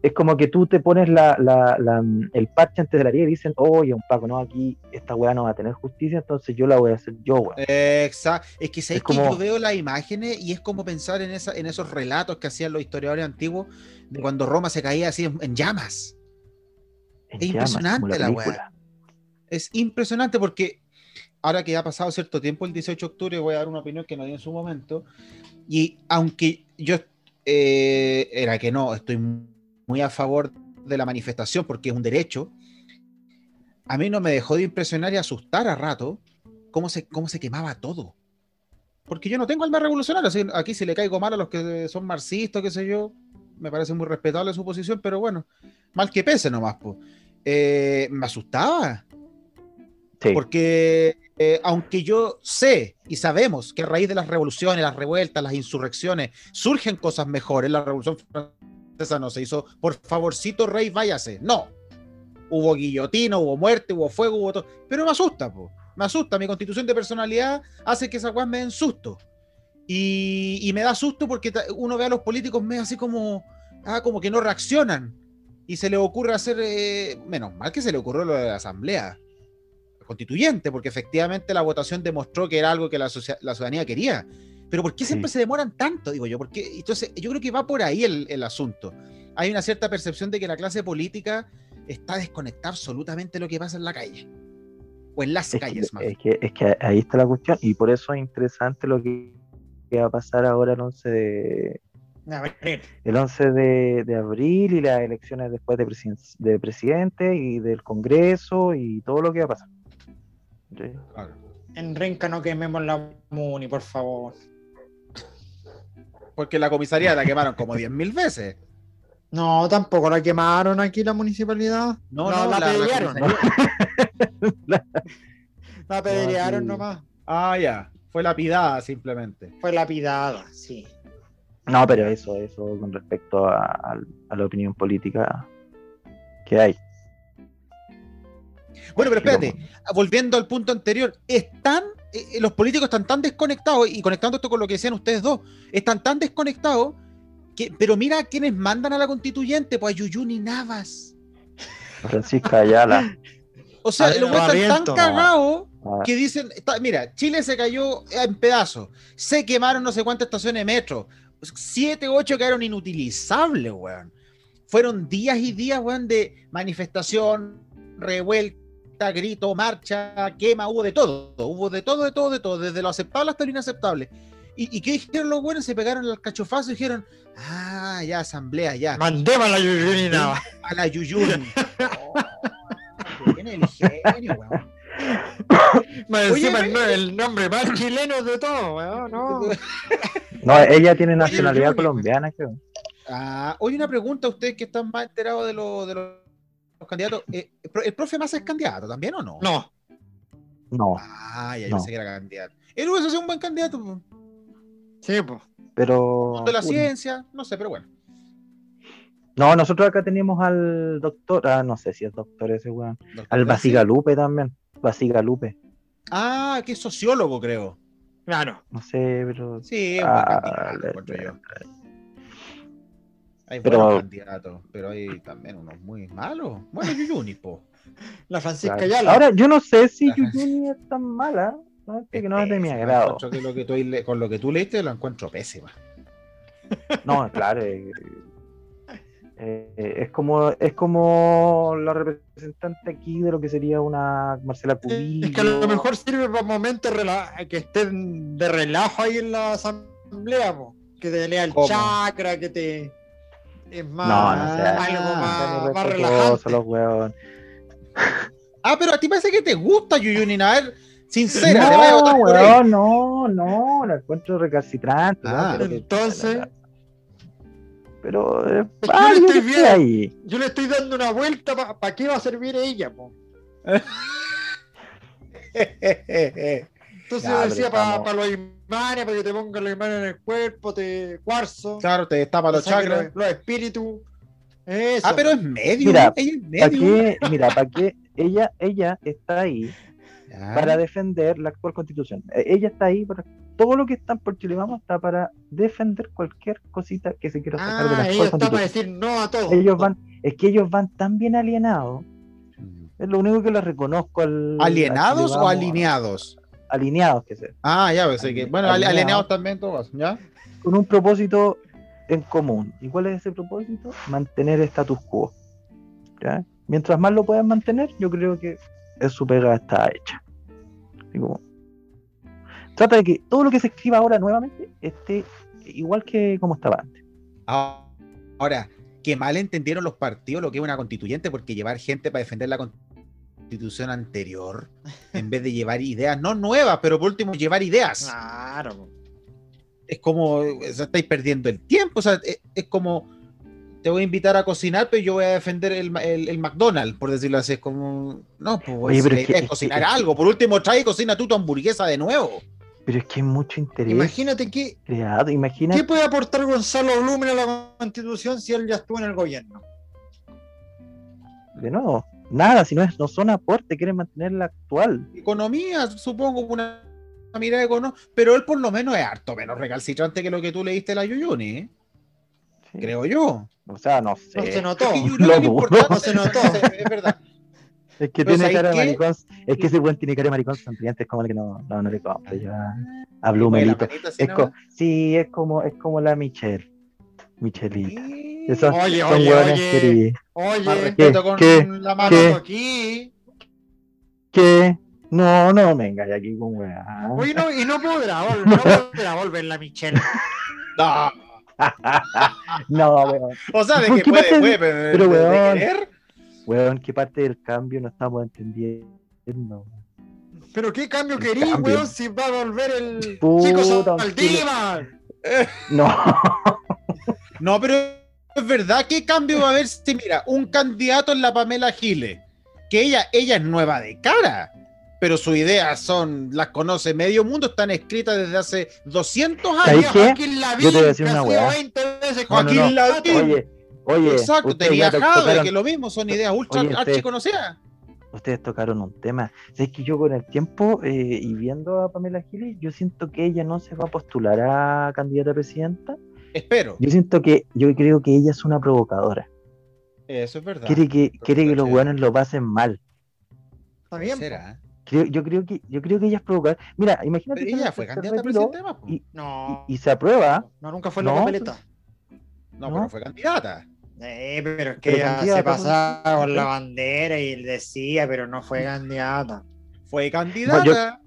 es como que tú te pones la, la- la- el parche antes de la herida y dicen, oye, un Paco, no, aquí esta weá no va a tener justicia, entonces yo la voy a hacer yo, weón. Eh, Exacto. Es que sabéis Es como- que yo veo las imágenes y es como pensar en, esa, en esos relatos que hacían los historiadores antiguos de cuando Roma se caía así en, en llamas. En es llamas, como impresionante la película. Es impresionante porque ahora que ya ha pasado cierto tiempo, el 18 de octubre, voy a dar una opinión que no di en su momento. Y aunque yo eh, era que no, estoy muy a favor de la manifestación porque es un derecho, a mí no me dejó de impresionar y asustar a rato cómo se, cómo se quemaba todo. Porque yo no tengo alma revolucionaria. así, Aquí si le caigo mal a los que son marxistas, qué sé yo, me parece muy respetable su posición, pero bueno, mal que pese nomás. po. Eh, me asustaba. Sí. Porque eh, aunque yo sé y sabemos que a raíz de las revoluciones, las revueltas, las insurrecciones, surgen cosas mejores, la revolución francesa no se hizo, por favorcito rey, váyase. No. Hubo guillotina, hubo muerte, hubo fuego, hubo todo. Pero me asusta, po. me asusta. Mi constitución de personalidad hace que esas cosas me den susto. Y, y me da susto porque ta- uno ve a los políticos medio así como, ah, como que no reaccionan. Y se le ocurre hacer, eh, menos mal que se le ocurrió lo de la asamblea constituyente, porque efectivamente la votación demostró que era algo que la, socia- la ciudadanía quería. Pero ¿por qué siempre se demoran tanto? Digo yo, porque entonces yo creo que va por ahí el, el asunto. Hay una cierta percepción de que la clase política está desconectada absolutamente de lo que pasa en la calle. O en las Es que, eh, calles, más es, que, es que ahí está la cuestión y por eso es interesante lo que, que va a pasar ahora el 11 de, A ver. el 11 de, de abril y las elecciones después de, presiden- de presidente y del Congreso y todo lo que va a pasar. Sí. En Renca no quememos la Muni, por favor. Porque la comisaría la quemaron como 10.000 veces. No, tampoco la quemaron aquí la municipalidad. No, La- no, la, la- la apedrearon. La apedrearon No, sí. nomás. Ah, ya. Fue lapidada simplemente. Fue lapidada, sí. No, pero eso, eso con respecto a, al- a la opinión política que hay. Bueno, pero espérate. volviendo al punto anterior, están, eh, eh, los políticos están tan desconectados, y conectando esto con lo que decían ustedes dos, están tan desconectados que, pero mira a quienes mandan a la constituyente, pues a Yuyun y Navas. Francisca (laughs) Ayala. O sea, Adriana los güeyes están Barrientos, tan no. cagados Ah. que dicen, está- mira, Chile se cayó en pedazos, se quemaron no sé cuántas estaciones de metro, siete u ocho quedaron inutilizables, weón. Fueron días y días, weón, de manifestación, revuelta, grito, marcha, quema, hubo de todo, hubo de todo, de todo, de todo, desde lo aceptable hasta lo inaceptable. ¿Y, y qué dijeron los buenos? Se pegaron al cachofazo y dijeron, ah, ya, asamblea, ya Mandemos la Yuyunina. (laughs) a la Yuyun. Oh, tiene el genio, weón. Más Oye, encima ve- el, no- el nombre más chileno de todo, weón. No. No, ella tiene yo nacionalidad único. colombiana, creo. Ah, oye, una pregunta a ustedes que están más enterados de, lo- de lo- los candidatos. Eh, pro- ¿El profe Massa es candidato también o no? (laughs) No. No, Ah, ya, yo No. pensé que era candidato. Él hubiese sido un buen candidato. po. Sí, pues. pero... Mundo de la ciencia, no sé, pero bueno. No, nosotros acá tenemos al doctor, ah, no sé si es doctor ese weón, al Basigalupe también, Basigalupe, Ah, que es sociólogo, creo. Claro. no sé, pero Sí, es un buen Ah, candidato, la- encuentro yo. Hay Pero- buenos candidatos, pero hay también unos muy malos. Bueno, Yuyuni, po. La Francisca claro. Ayala. Ahora, yo no sé si Ajá. Yuyuni es tan mala, no sé que no es de mi pésima, agrado. Este, encuentro que lo que tú le- con lo que tú leíste lo encuentro pésima. No, claro, eh, eh, eh, es como es como la representante aquí de lo que sería una Marcela Cubillo. Eh, Es que a lo mejor sirve para momentos rela- que estén de relajo ahí en la asamblea, po. que te lea el ¿Cómo? chakra, que te Es No, más, no sé. algo Son más, más relajante. irrespetuosos los weón. Ah, pero a ti parece que te gusta Yuyunin. A ver, sincera, te vaya a votar No, por ahí. weón, no, no, la encuentro recalcitrante. weón, Ah, pero que- entonces. Pero. eh, Es que ah, yo yo qué estoy sé bien. ahí. Yo le estoy dando una vuelta para qué va a servir ella, po. Entonces Ya, yo pero decía para estamos- los imanes, para que te pongan los imanes en el cuerpo, te cuarzo, claro, te destapa te los saquen chakras. los, los espíritus. Eso. Ah, pero es medio. Mira, ella es ¿Para medio. qué? Mira, ¿para qué? Ella, ella está ahí para defender la actual constitución. Eh, Ella está ahí para. Todo lo que está por Chile Vamos está para defender cualquier cosita que se quiera sacar de la ah, ella actual está para constitución. decir no a todo. Ellos van, es que ellos van tan bien alienados. Es lo único que les reconozco al. ¿Alienados al Chile o Vamos, alineados? Alineados, que sea. Ah, ya pensé que. Bueno, ali- Alineados. alineados también, todos, ¿ya? con un propósito en común. ¿Y cuál es ese propósito? Mantener status quo. ¿ya? Mientras más lo puedan mantener, yo creo que es su pega está hecha. Así como- Trata de que todo lo que se escriba ahora nuevamente esté igual que como estaba antes. Ah, Ahora, que mal entendieron los partidos lo que es una constituyente, porque llevar gente para defender la constitución anterior, en vez de llevar ideas, no nuevas, pero por último, llevar ideas. Claro. po. es como, o sea, estáis perdiendo el tiempo, o sea, es, es como, te voy a invitar a cocinar, pero yo voy a defender el, ma- el- el McDonald's, por decirlo así, es como, no, pues Oye, si pero la es que- idea es es que- cocinar algo, por último trae y cocina tú tu hamburguesa de nuevo. Pero es que hay mucho interés Imagínate qué, creado. Imagina, qué puede aportar Gonzalo Blumen a la constitución si él ya estuvo en el gobierno. de nuevo, nada, si no, es, no son aporte, quieren mantener la actual. Economía, supongo, una, una mirada económica, pero él por lo menos es harto menos recalcitrante que lo que tú leíste a la Yuyuni, ¿eh? Sí. creo yo. O sea, no sé. No se Es notó. (laughs) que yo creo que Lo dudo. importante- No (laughs) se notó. es verdad. Es que Pero tiene ¿sabéis cara de qué? maricón. Es que ese weón tiene cara de maricón sonriente, es como el que no, no, no le compra. Ya. A Blumelito. Ah. Oye, la manita así Es nomás. co- sí, es como, es como la Michelle. Michelita. Sí. Esos Oye, son oye, hueones oye. queridos. Más Oye, respeto con ¿Qué? la mano. ¿Qué? mano aquí. ¿Qué? No, no me engañes aquí con weá. Oye, no, y no podrá, (laughs) vol- no podrá volver la Michelle. No. No, weón. O sea, de ¿Por que qué puede, parte- puede, pero, pero, de- de weón. querer. Weón, ¿qué parte del cambio no estamos entendiendo? Pero qué cambio El querís, cambio. weón, si va a volver el Puta, chico un Saldívar. No. No, pero es verdad, ¿qué cambio va a haber si mira, un candidato en la Pamela Giles, que ella, ella es nueva de cara, pero sus ideas son, las conoce medio mundo, están escritas desde hace 200 ¿Sabéis años. Mira, qué? Joaquín Lavín, Yo te voy a decir que ha una sido weá. 20 veces No, no, Joaquín no. Lavín. Oye, oye. Exacto, ustedes, tenía weón, Jade, tocaron- que lo mismo, son ideas ultra Oye, este ustedes- archiconocidas. ustedes tocaron un tema. Es que yo con el tiempo eh, y viendo a Pamela Giles, yo siento que ella no se va a postular a candidata a presidenta. Espero. Yo siento que, yo creo que ella es una provocadora. Eso es verdad. Quiere que, quiere que los sí. hueones lo pasen mal. Está bien, po. ¿Será? Creo- yo creo que, yo creo que ella es provocadora. Mira, imagínate Pero que ella se- fue se candidata a retiró presidente de Mapo. y- No. y, y se aprueba. No, nunca fue en la No. pues. papeleta. No, ¿no? pero fue candidata. Eh, pero es Pero pues, ¿eh? que ya candidata, se pasaba con la bandera y él decía, pero no fue candidata. Fue candidata.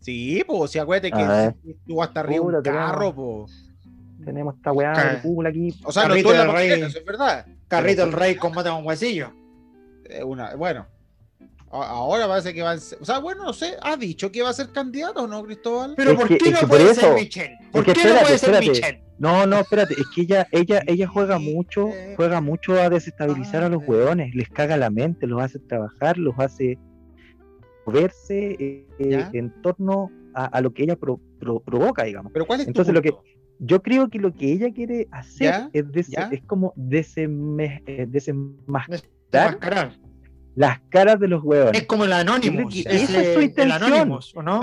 Sí, pues, si acuérdate A ver. que estuvo hasta arriba un Puta, tenemos- carro, po. Tenemos esta weá de Ca- cúpula aquí. O sea, Carrito no estuvo en la del papeleta, Rey. eso es verdad. Carrito Pero- el Rey combate con huesillo. Eh, una, bueno, a- ahora parece que va a ser. O sea, bueno, no sé, ¿has dicho que va a ser candidato o no, Cristóbal? Pero Es ¿por que- qué es no que por puede ser eso- Michelle? ¿Por que qué no espérate, puede ser espérate. Michelle? No, no, espérate, es que ella, ella, ella juega mucho, juega mucho a desestabilizar Ah, a los hueones, les caga la mente, los hace trabajar, los hace moverse eh, eh, ¿Ya? en torno a, a lo que ella pro- pro- provoca, digamos. Pero ¿cuál es tu Entonces, lo que- punto? Yo creo que lo que ella quiere hacer ¿Ya? es, des- ¿Ya? es como desenme- eh, desenmascarar Enmascarar. las caras de los hueones. Es como el Anonymous. Yo creo que es esa es su el- el intención. Anonymous, ¿o no?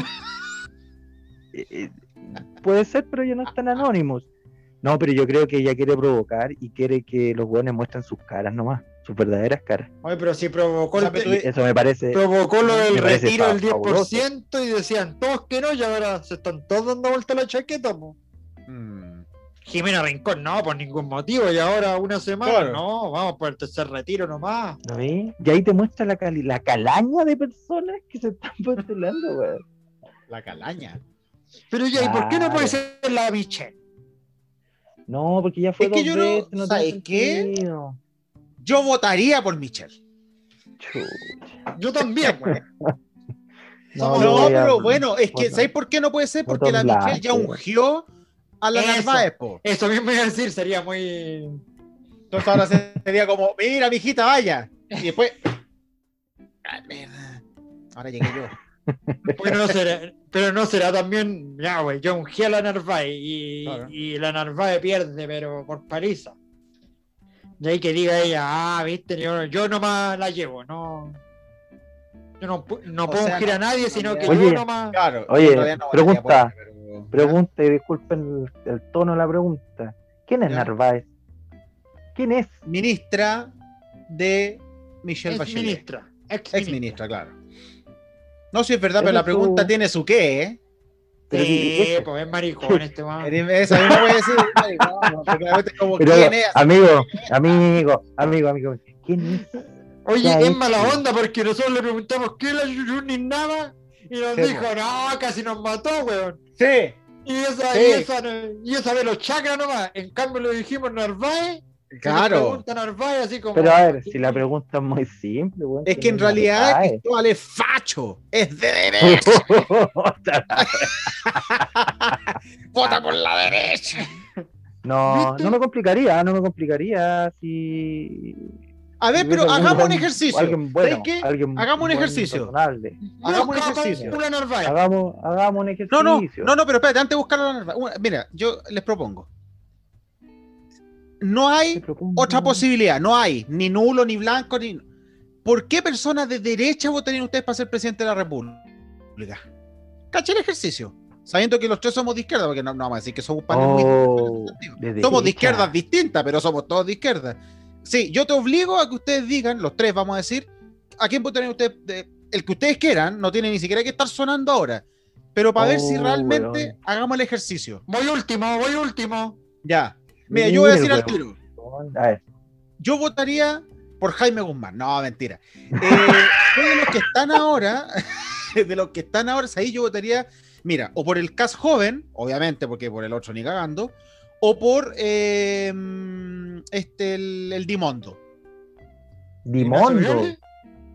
Eh, eh, puede ser, pero ellos no están anónimos. No, pero yo creo que ella quiere provocar y quiere que los hueones muestren sus caras nomás, sus verdaderas caras. Oye, pero si provocó el- O sea, pero tú- Eso me parece. provocó lo del Eh, Me parece retiro del 10% fabuloso. y decían todos que no y ahora se están todos dando vuelta la chaqueta. po. Mm, Jimena Rincón, no, por ningún motivo y ahora una semana, Claro. no, vamos por el tercer retiro nomás. ¿no ves? Y ahí te muestra la, cali- la calaña de personas que se están (laughs) postulando, weón. la calaña. Pero ya, ¿y por qué no puede Claro. ser la Michelle? No, porque ya fue Es que dos yo no- veces, tiene ¿sabes qué? sentido. Yo votaría por Michelle. Chucha. Yo también, pues. (laughs) weón. No, No, yo voy a- pero bueno, es que voto- ¿sabes por qué no puede ser? Porque voto la blanco. Michelle ya ungió a la Eso. Narváez, po. Eso mismo iba a decir, sería muy. Entonces ahora sería como, mira, mijita, vaya. Y después. Ah, mierda. Ahora llegué yo. Pero no será, pero no será también. Ya, güey, yo ungí a la Narváez y, Claro. y la Narváez pierde, pero por paliza. De ahí que diga ella, ah, viste, yo, yo nomás la llevo, no. Yo no, pu- no O puedo sea, ungir a no- nadie, sino que Oye. yo nomás. Claro. Oye, yo en realidad votaría pregunta. por ella, pero- Pregunta y disculpen el, el tono de la pregunta. ¿Quién es Ya. Narváez? ¿Quién es? Ministra de Michelle Ex Bachelet. ministra. Ex Ex ministra, claro. No, si es verdad, Ese pero la es pregunta su- tiene su qué, ¿eh? Pero Sí, di- pues es maricón este weón. Esa misma puede decir. ay, vamos, porque la gente es como, Pero, ¿quién es? amigo, amigo, amigo, amigo, ¿quién es? Ya, Oye, es es mala que- onda porque nosotros le preguntamos qué es la Yuyuni Nava y nos Sí, dijo, no, casi nos mató, weón. Sí, Y esa, Sí. y esa, y esa de los chakras nomás. En cambio le dijimos Narváez. y nos claro. pregunta Narváez así como. Pero a ver, si la pregunta es muy simple, weón, Es que en ¿quién es realidad Narváez? Cristóbal es facho. Es de (laughs) derecha. Vota por la derecha. No, ¿Viste? no me complicaría, no me complicaría si. A ver, si hubiese pero algún hagamos un buen- ejercicio. Alguien bueno, ¿Sabes qué? alguien Hagamos un buen, ejercicio. razonable. Hagamos un Busca ejercicio. Paula Narváez. Hagamos, hagamos un No, ejercicio. no, no, no, pero espérate, antes de buscar la narva- una- Mira, yo les propongo. No Te hay propongo- otra posibilidad, no hay, ni nulo, ni blanco, ni. ¿Por qué personas de derecha votarían ustedes para ser presidente de la República? Caché el ejercicio. Sabiendo que los tres somos de izquierda, porque no, no vamos a decir que somos panes Oh, de Somos de derecha. izquierdas distintas, pero somos todos de izquierda. Sí, yo te obligo a que ustedes digan, los tres vamos a decir, a quién votarían ustedes, de- el que ustedes quieran, no tiene ni siquiera que estar sonando ahora. Pero para ver si Oh, realmente weón. hagamos el ejercicio. Voy último, voy último. Ya. Mira, yo voy a Mira, decir al weón. tiro. A ver, Yo votaría por Jaime Guzmán. No, mentira. Eh, yo de los que están ahora, (laughs) de los que están ahora, ahí yo votaría, mira, o por el CAS joven, obviamente, porque por el otro ni cagando, o por eh, este, el, el Dimondo. Dimondo.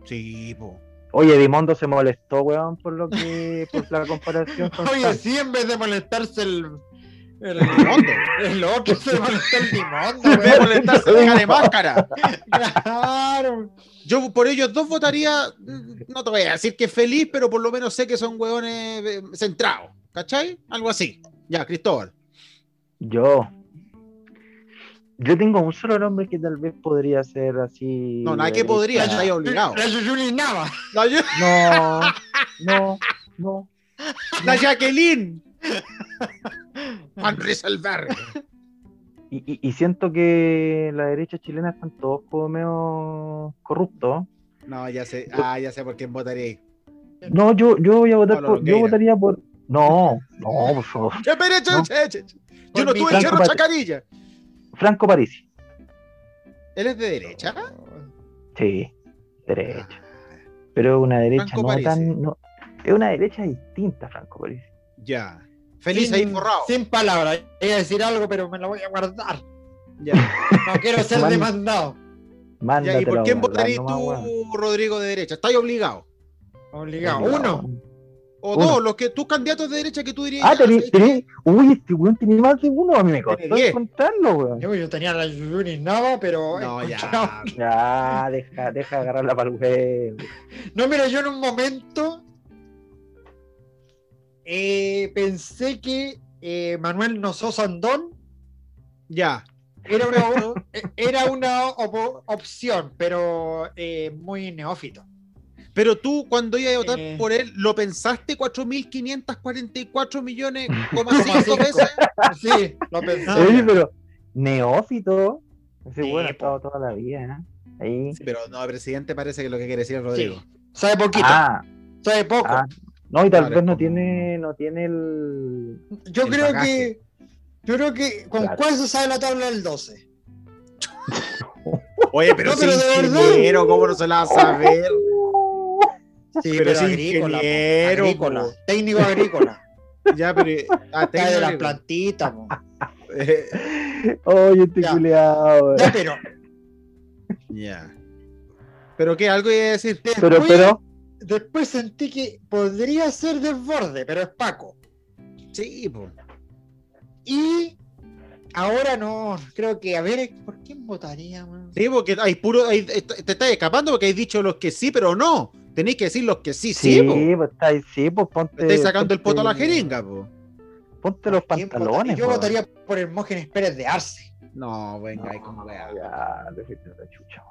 Sí, po. Oye, Dimondo se molestó, weón, por lo que. por la (laughs) comparación con. (laughs) Oye, sí, en vez de molestarse el. El, Dimondo. el otro se molestó el Dimondo, (laughs) Voy a weón. molestarse, deja de máscara. Claro. Yo por ellos dos votaría, mm, no te voy a decir que feliz, pero por lo menos sé que son hueones eh, centrados. ¿Cachai? Algo así. Ya, Cristóbal. Yo. Yo tengo un solo nombre que tal vez podría ser así. No, nada de que podría, derecha. está ahí obligado. La Yuyuni Nava. La, Ye- No, no, no. la (laughs) Jacqueline. Van Rieselberg. Y, y- y siento que la derecha chilena están todos como medio corruptos. No, ya sé. Ah, ya sé por quién votaré. No, yo, yo voy a votar Pablo por. Yo votaría Longueira. por. No, no, por favor. Che, pero, che, No. che, che, che. Yo Por no mi tuve Franco Cerro Patria. Chacarilla. Franco Parisi. Él es de derecha. Sí, derecha. Pero una derecha Franco no Parisi. tan. no- es una derecha distinta, Franco Parisi. Ya. Feliz ahí forrado. Sin palabras. Iba a decir algo, pero me la voy a guardar. Ya. No (laughs) quiero ser Man. demandado. Ya, ¿Y Mándatelo. por quién guardando votarías más, weón. tú, Rodrigo, de derecha? Estás obligado. Obligado. Uno. O Uno. dos, los que tus candidatos de derecha que tú dirías. Ah, ya, tenés, ¿sabes tenés- qué? Uy, este weón tiene más de uno. A mí me costó Tiene diez. encontrarlo, weón. Yo, yo tenía la Yuyuni Nava, pero. No, encontraba- ya. Ya, deja, deja de agarrarla para el weón. No, mira, yo en un momento eh, pensé que eh, Manuel Nosó Sandón Ya. (laughs) era una, era una op- opción, pero eh, muy neófito. Pero tú, cuando ibas a votar Eh. por él, ¿lo pensaste 4.544 millones, coma Como cinco cinco. veces? Sí, lo pensé. Oye, pero neófito. Ese Sí, weón ha po. estado toda la vida. ¿eh? Ahí. Sí, pero no, presidente parece que lo que quiere decir es Rodrigo. Sabe poquito, Ah, sabe poco. ah. No, y tal Claro, vez es no como- tiene, no tiene el. (laughs) yo el creo bagaje. que. Yo creo que con Claro. cuál se sabe la tabla del 12. Oye, pero No, sí, pero de verdad. ingeniero, ¿cómo no se la va a saber? Sí, Pero es ingeniero, po, agrícola, po. técnico agrícola. Ya, pero. ah, Cae de (laughs) técnico, Ah, las digo. plantitas. po. Eh, Oye, este Ya. culiao, Ya, pero. (laughs) Ya. ¿Pero qué? ¿Algo iba a decir? Pero, después- pero, Después sentí que podría ser desborde, pero es Paco. Sí, po. Y ahora no, creo que, a ver, ¿por quién votaría? weón? Sí, porque hay puro. hay- eh, te te estás escapando porque has dicho los que sí, pero no. Tenéis que decir los que sí, sí, sí, po. pues está ahí, sí, pues ponte. Estáis sacando el poto a la ponte- jeringa, po. Ponte los ¿Quién votaría? pantalones. Yo po. votaría por Hermógenes Pérez de Arce. No, venga, No, ahí como weá. ya, te fuiste a la chucha.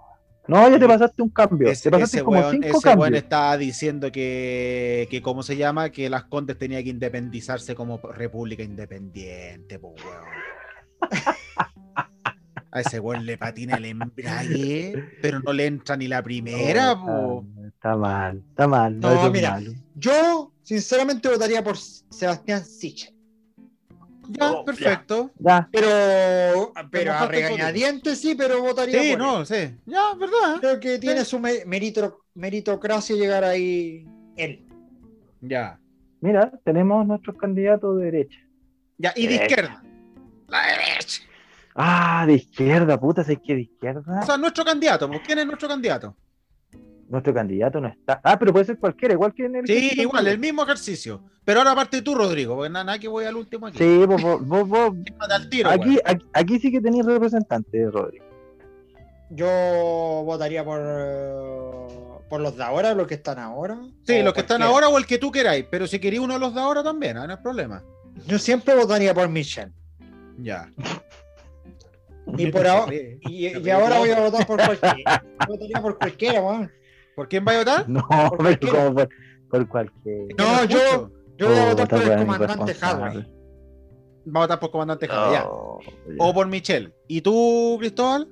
No, ya te pasaste un cambio. Ese, te pasaste ese como weón, cinco ese weón cambios. estaba diciendo que, que, ¿cómo se llama? Que las Condes tenía que independizarse como república independiente, pues, weón. A ese weón le patina el embrague, pero no le entra ni la primera, po. No, Está mal, está mal. No, No, eso es mira. malo. Yo, sinceramente, votaría por Sebastián Sichel. Ya, Oh, perfecto. Ya, Pero, pero a mojaste el poto. regañadientes sí, pero votaría Sí, por él. no, sí. Ya, verdad. Creo que tiene su me- meritro- meritocracia llegar ahí él. Ya. mira, tenemos nuestros candidatos de derecha. Ya, y Eh. de izquierda. La derecha. Ah, de izquierda, puta, sé que de izquierda. O sea, nuestro candidato. pues, ¿Quién es nuestro candidato? Nuestro candidato no está. Ah, pero puede ser cualquiera, igual que en el. Sí, ejército igual, antiguo. el mismo ejercicio. Pero ahora parte tú, Rodrigo, porque nada, nada que voy al último aquí. Sí, vos, vos, vos- vos- Mata al tiro, aquí, weón. aquí, aquí sí que tenéis representante, Rodrigo. (laughs) Yo votaría por, eh, por los de ahora, los que están ahora. Sí, o los que están cualquiera. ahora o el que tú queráis, pero si queréis uno de los de ahora también, ah, no es problema. Yo siempre votaría por Michel. Ya. Y (laughs) por ahora, y, y pero ahora yo- voy a votar por cualquiera. votaría por cualquiera, weón. ¿Por quién va a votar? No, cualquiera. pero como por, por cualquier. No, Es que yo- escucho. Yo voy a Oh, votar por el weón comandante irresponsable. Hadway. Va a votar por Comandante Jara, ya. Oh. No, Oh, ya. O por Michelle. ¿Y tú, Cristóbal?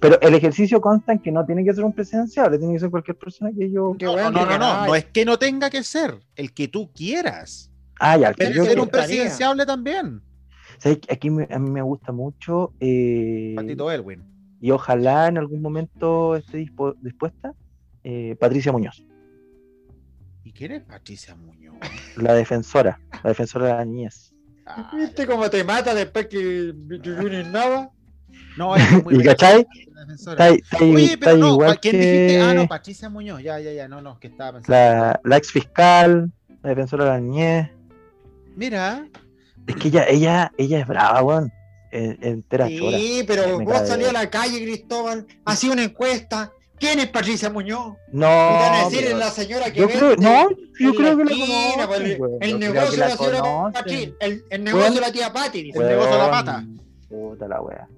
Pero el ejercicio consta en que no tiene que ser un presidencial, tiene que ser cualquier persona que yo. Qué No, no, weón, no, qué no, no, canalla. no es que no tenga que ser, el que tú quieras. Ah, ya, que Puede Pero yo ser quiero. un presidenciable también. ¿Sabes qué? Aquí me- a mí me gusta mucho eh, Patito Elwin. y ojalá en algún momento esté dispo- dispuesta eh, Patricia Muñoz, ¿Y quién es Patricia (laughs) Muñoz? la defensora, la defensora de la niñez. Ah, ¿Viste cómo te mata después que Yuyuni Nava? no, es muy ¿Y cachai? la defensora. Está, ahí- está ahí- Oye, está pero ahí no, igual ¿a quién que dijiste? Ah, no, Patricia Muñoz, ya, ya, ya, no, no, que estaba pensando. la, la ex fiscal, la defensora de la niñez. Mira, Es que ella, ella, ella es brava, weón. Eh, Entera chora. Sí, pero Me vos cae. salí a la calle, Cristóbal, hacía una encuesta. ¿Quién es Patricia Muñoz? No, Y te van a decir pero- es la señora que yo vende creo, no, yo en creo que la esquina, pues, conocen, weón. el, Yo el creo negocio que de la señora conocen. Pati, el, el negocio de la tía Pati. dice. Bueno. negocio de la pata. Puta la wea.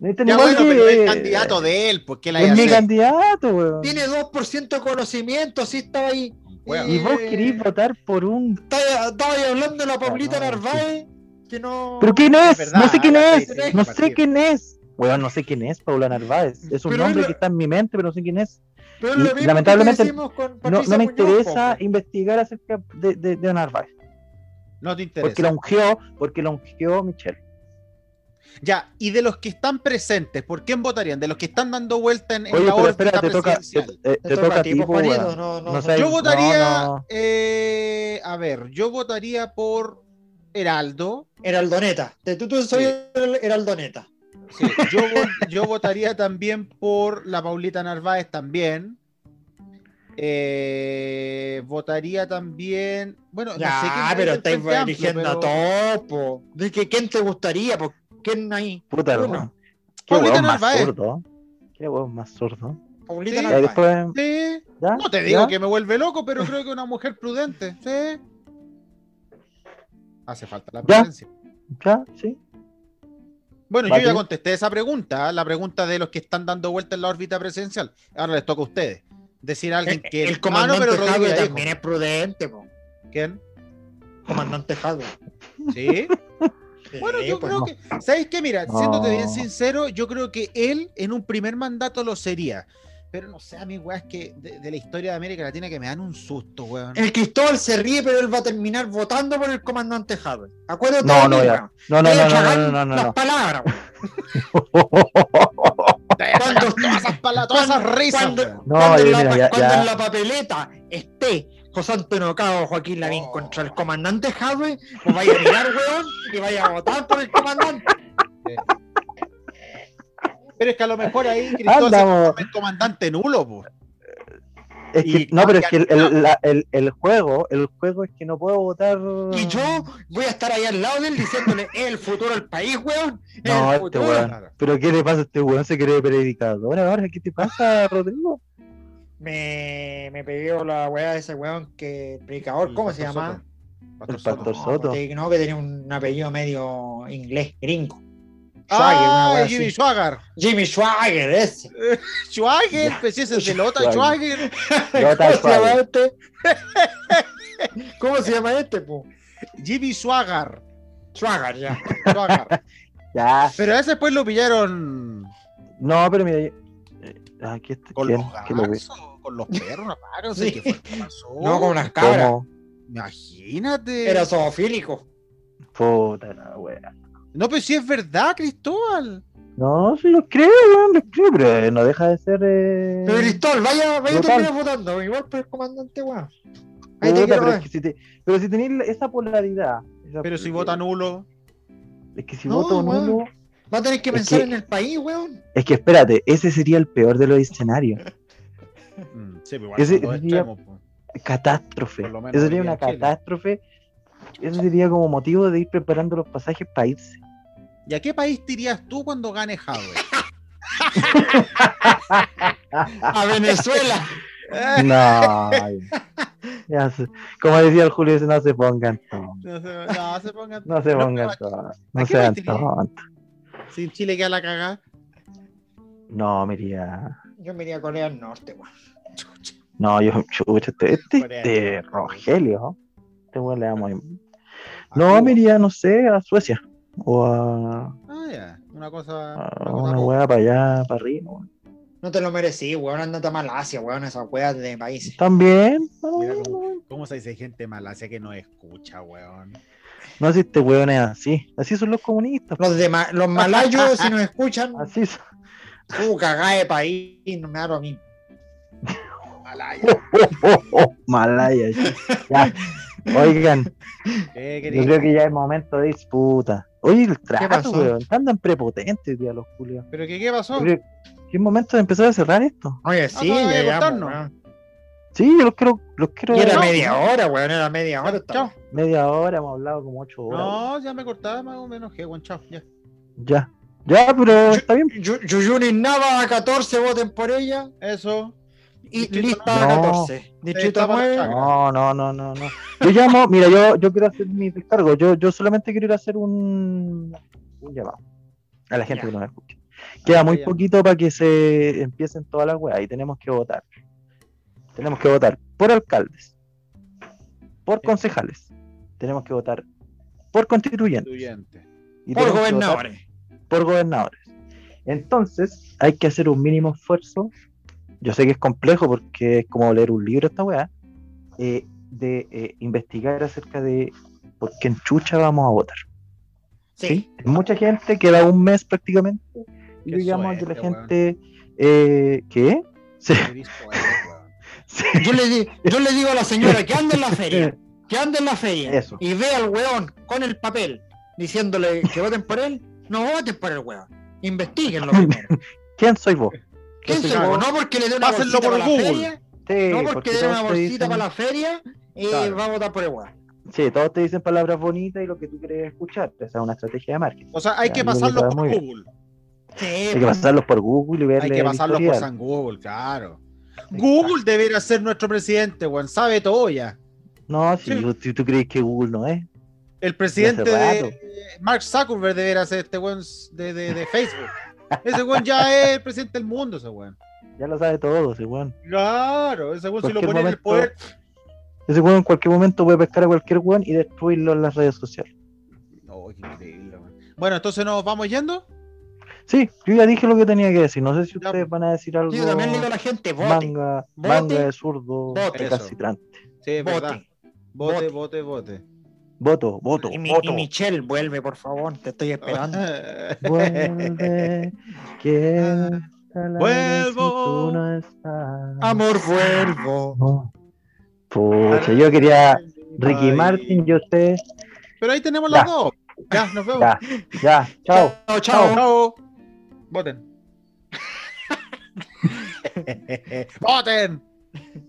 Este ya igual bueno, pero que- es candidato de él, ¿por qué la Es mi hacer? candidato, weón. Tiene 2% de conocimiento, sí estaba ahí. Weón. Y vos querés votar por un. Estaba, estaba ahí hablando de la Paulita no, Narváez, que no... ¿Pero quién es? verdad, no sé quién ahora es. sí, sí, no sí, sé partido. quién es. Weón, no sé quién es Paula Narváez. Es un Pero nombre es la- que está en mi mente, pero no sé quién es. Pero es lo y- mismo lamentablemente, que decimos con No, Patricia no me Muñoz, interesa po. investigar acerca de, de, de Narváez. No te interesa. Porque la ungió, porque la ungió Michelle. Ya, y de los que están presentes, ¿por quién votarían? De los que están dando vuelta en, en Oye, la pero órbita espera, te toca, te, presidencial. eh, te toca a ti, pues, po, weón. Juanito, no, no, No sé. Yo No, votaría, no. eh, a ver, yo votaría por Heraldo. Heraldoneta. Te- Tú, tú soy el- Heraldoneta. Sí, (laughs) yo, vo- yo votaría también por la Paulita Narváez también. Eh, votaría también. Bueno, no sé quién Ya, es pero del estáis Frente Amplio, eligiendo pero- a todos, po. De que ¿Quién te gustaría? Po? ¿Quién ahí? Puta, Uno. weón. Qué Paulita weón más Narváez. sordo. Qué weón más sordo. Sí. Paulita Ya, Narváez. después, Sí. ¿ya? No te digo ¿Ya? que me vuelve loco, pero creo que una mujer prudente. Sí. Hace falta la Ya. prudencia. ¿Ya? ¿Sí? Bueno, Vale. yo ya contesté esa pregunta, ¿eh? la pregunta de los que están dando vuelta en la órbita presidencial. Ahora les toca a ustedes decir a alguien El, que Eh, el Ah, comandante no, pero Rodrigo Jadwe ya dijo. también es prudente, po. (laughs) ¿Quién? Comandante Jadwe. Sí. pues. Sí, pues Bueno, yo po. creo no. que, ¿sabéis qué? Mira, No. siéndote bien sincero, yo creo que él en un primer mandato lo sería. Pero no sé, a mí, weá, es que de, de la historia de América Latina que me dan un susto, weón. El Cristóbal se ríe, pero él va a terminar votando por el comandante Jadwe. Acuérdate No, de no, mí, ya. weón. No, no, Te voy no, a no, tragar no, no, no, Las no. palabras, weón. Cuando- Todas esas pala- todas esas Cuando- risas. Cuando, weón. (laughs) No, cuando en, oye, la, mira, ya- cuando ya. en la papeleta esté José Antonio Cabo, Joaquín Lavín Oh. contra el comandante Jadwe, pues vaya a mirar, weón, y vaya a votar por el comandante. Pero es que a lo mejor ahí Cristóbal Andamos. es el comandante nulo, po. Es que- Y no, pero es que el, cambia- el- la- el- el juego, el juego es que no puedo votar. Y yo voy a estar ahí al lado de él diciéndole, "Es el futuro del país, weón. es el No, este futuro". weón. Claro. Pero ¿qué le pasa a este weón? Se cree predicador. Bueno, ahora, ¿qué te pasa, Rodrigo? Me, me pidió la weá de ese weón que predicador, El ¿cómo se Pastor llama? Soto. El Pastor No, Soto. que- No, que tenía un apellido medio inglés, gringo. Schwager, una Ah, weá Jimmy así. Schwager. Jimmy Schwager, ese. Schwager, pues si ese es el otro Schwager. Yo (laughs) ¿Cómo tal se llama cual. este? (laughs) ¿Cómo se llama este, po? Jimmy Schwager. Schwager, ya. Schwager. Ya. Pero a ese después lo pillaron No, pero mira. yo- eh, Aquí está. con ¿quién? los ¿Quién lo ve? gatos, con los perros, una paga, no sé Sí. qué fue, qué pasó. No, con unas cabras. ¿Cómo? Imagínate. Era zoofílico. Puta la wea. No, pero si es verdad, Cristóbal. No, sí lo creo, weón, lo creo, pero eh, no deja de ser. eh, Pero Cristóbal, vaya, vaya Brutal. terminar votando. Igual por el comandante, weón. Ahí te puta, quiero pero, es ver. que si te- pero si tenéis esa polaridad. esa- Pero si vota nulo. Es que si No, voto weón. nulo. Va a tener que Es pensar que- en el país, weón. Es que espérate, ese sería el peor de los escenarios. Mm, Sí, pero igual Ese son dos día- extremos, po. Catástrofe. Por lo menos Eso sería hoy día una en Chile. catástrofe. Eso sería como motivo de ir preparando los pasajes para irse. ¿Y a qué país te irías tú cuando gane Jave? A Venezuela. No. ay. (laughs) Ya se- como decía el Julio, no se pongan tontos. (laughs) No se, no, se pongan. No se No, pongan pero- tontos. ¿a No qué sean vestiría? tontos. (laughs) Si Chile queda la cagada. No, mira. Yo me iría a Corea del Norte, weón. No, yo, chucha, este, este, Corea. este Rogelio. Este weón le damos. Ah, No, me iría, no sé, a Suecia. O a, Ah, ya. Una cosa. a una cosa Ah, una poca. weá para allá, para arriba. weón. No te lo merecí, weón. Andate a Malasia, weón. Esas weas de países. También. no, Mira no, cómo, cómo se dice gente de Malasia que no escucha, weón. No, si este weón es así. Así son los comunistas. Los, de Ma- los malayos, si (laughs) nos escuchan, Así son. uh, cagá de país. No me da lo mismo. Malaya. Oh, oh, oh, Malaya. Ya. Oigan, ¿Qué yo querés? creo que ya es momento de disputa. Oye, el trato, pasó? weón. Andan prepotentes, día los Julio. ¿Pero qué, qué pasó? Yo creo que es momento de empezar a cerrar esto. Oye, sí, todavía hay que llegamos, contarnos. weón. Sí, yo los quiero, los quiero Y era No. media hora, weón. Era media hora. esta Chao. media hora, hemos hablado como ocho horas. No, ya me cortaba más o menos. Qué buen chao. Ya. Ya. Ya, pero está bien. Yu- Yuyuni Nava 14, voten por ella. Eso. Y Distrito lista nueve. 14. Distrito Estaba 9. chaca. No, no, no, no, no. Yo llamo, mira, yo, yo quiero hacer mi descargo. Yo, yo solamente quiero ir a hacer un, un llamado a la gente Ya. que nos escucha. Queda Ah, muy ya. poquito para que se empiecen todas las weas y tenemos que votar. Tenemos que votar por alcaldes, por concejales, tenemos que votar por constituyentes Constituyente. y Por tenemos que votar gobernadores. por gobernadores. Entonces, hay que hacer un mínimo esfuerzo. Yo sé que es complejo porque es como leer un libro esta weá. eh, de eh, investigar acerca de por qué en chucha vamos a votar. Sí. Hay mucha gente queda un mes prácticamente. Y Qué yo llamo a que la suerte, gente. Eh, ¿Qué? (laughs) Se, Qué disco eres, weón. se- Yo le, di- yo le digo a la señora que ande en (laughs) la feria. Que ande en la feria. Eso. Y ve al weón con el papel diciéndole que voten por él. No voten por el weón. Investíguenlo primero. ¿Quién soy vos? ¿Quién Entonces, se claro. No porque le dé una Pásenlo bolsita por para la Google. feria. Sí, No porque le dé todos una te bolsita dicen- para la feria. Y Claro. va a votar por el weón. Sí, todos te dicen palabras bonitas y lo que tú quieres escuchar. Esa es una estrategia de marketing. O sea, hay Ya, que no me pasarlo queda por muy bien. Google. Sí. pues. Hay que pasarlos por Google y verle Hay que el pasarlo por historial. San Google, claro. Exacto. Google debería ser nuestro presidente, weón. Sabe todo ya. No, si, Sí. tú- si tú crees que Google no es. El presidente hace rato. de Mark Zuckerberg debería ser este weón de, de- de Facebook. Ese weón ya es el presidente del mundo, ese weón. Ya lo sabe todo ese weón. Claro, ese weón si lo Cualquier pone en el momento- poder. Ese weón en cualquier momento puede pescar a cualquier weón y destruirlo en las redes sociales. No, qué increíble, weón. Bueno, entonces nos vamos yendo. Sí, yo ya dije lo que tenía que decir. No sé si Ya, ustedes van a decir algo. Yo también le digo a la gente, voten. manga, Vote. manga de zurdo, Vote. recalcitrante. Sí, es verdad. Voten. Vote, vote, vote. Voto, voto, Y, mi- voto. y Michelle, vuelve, por favor. Te (laughs) estoy esperando. (laughs) Vuelve, que está la vez y Vuelvo. tú no estás. Amor, vuelvo. No. Pucha, yo quería Ricky Ay. Martin y usted. Pero ahí tenemos las Ya. dos. Ya, nos vemos. Ya, ya, chao. Chao, chao. Chao. Voten. Voten.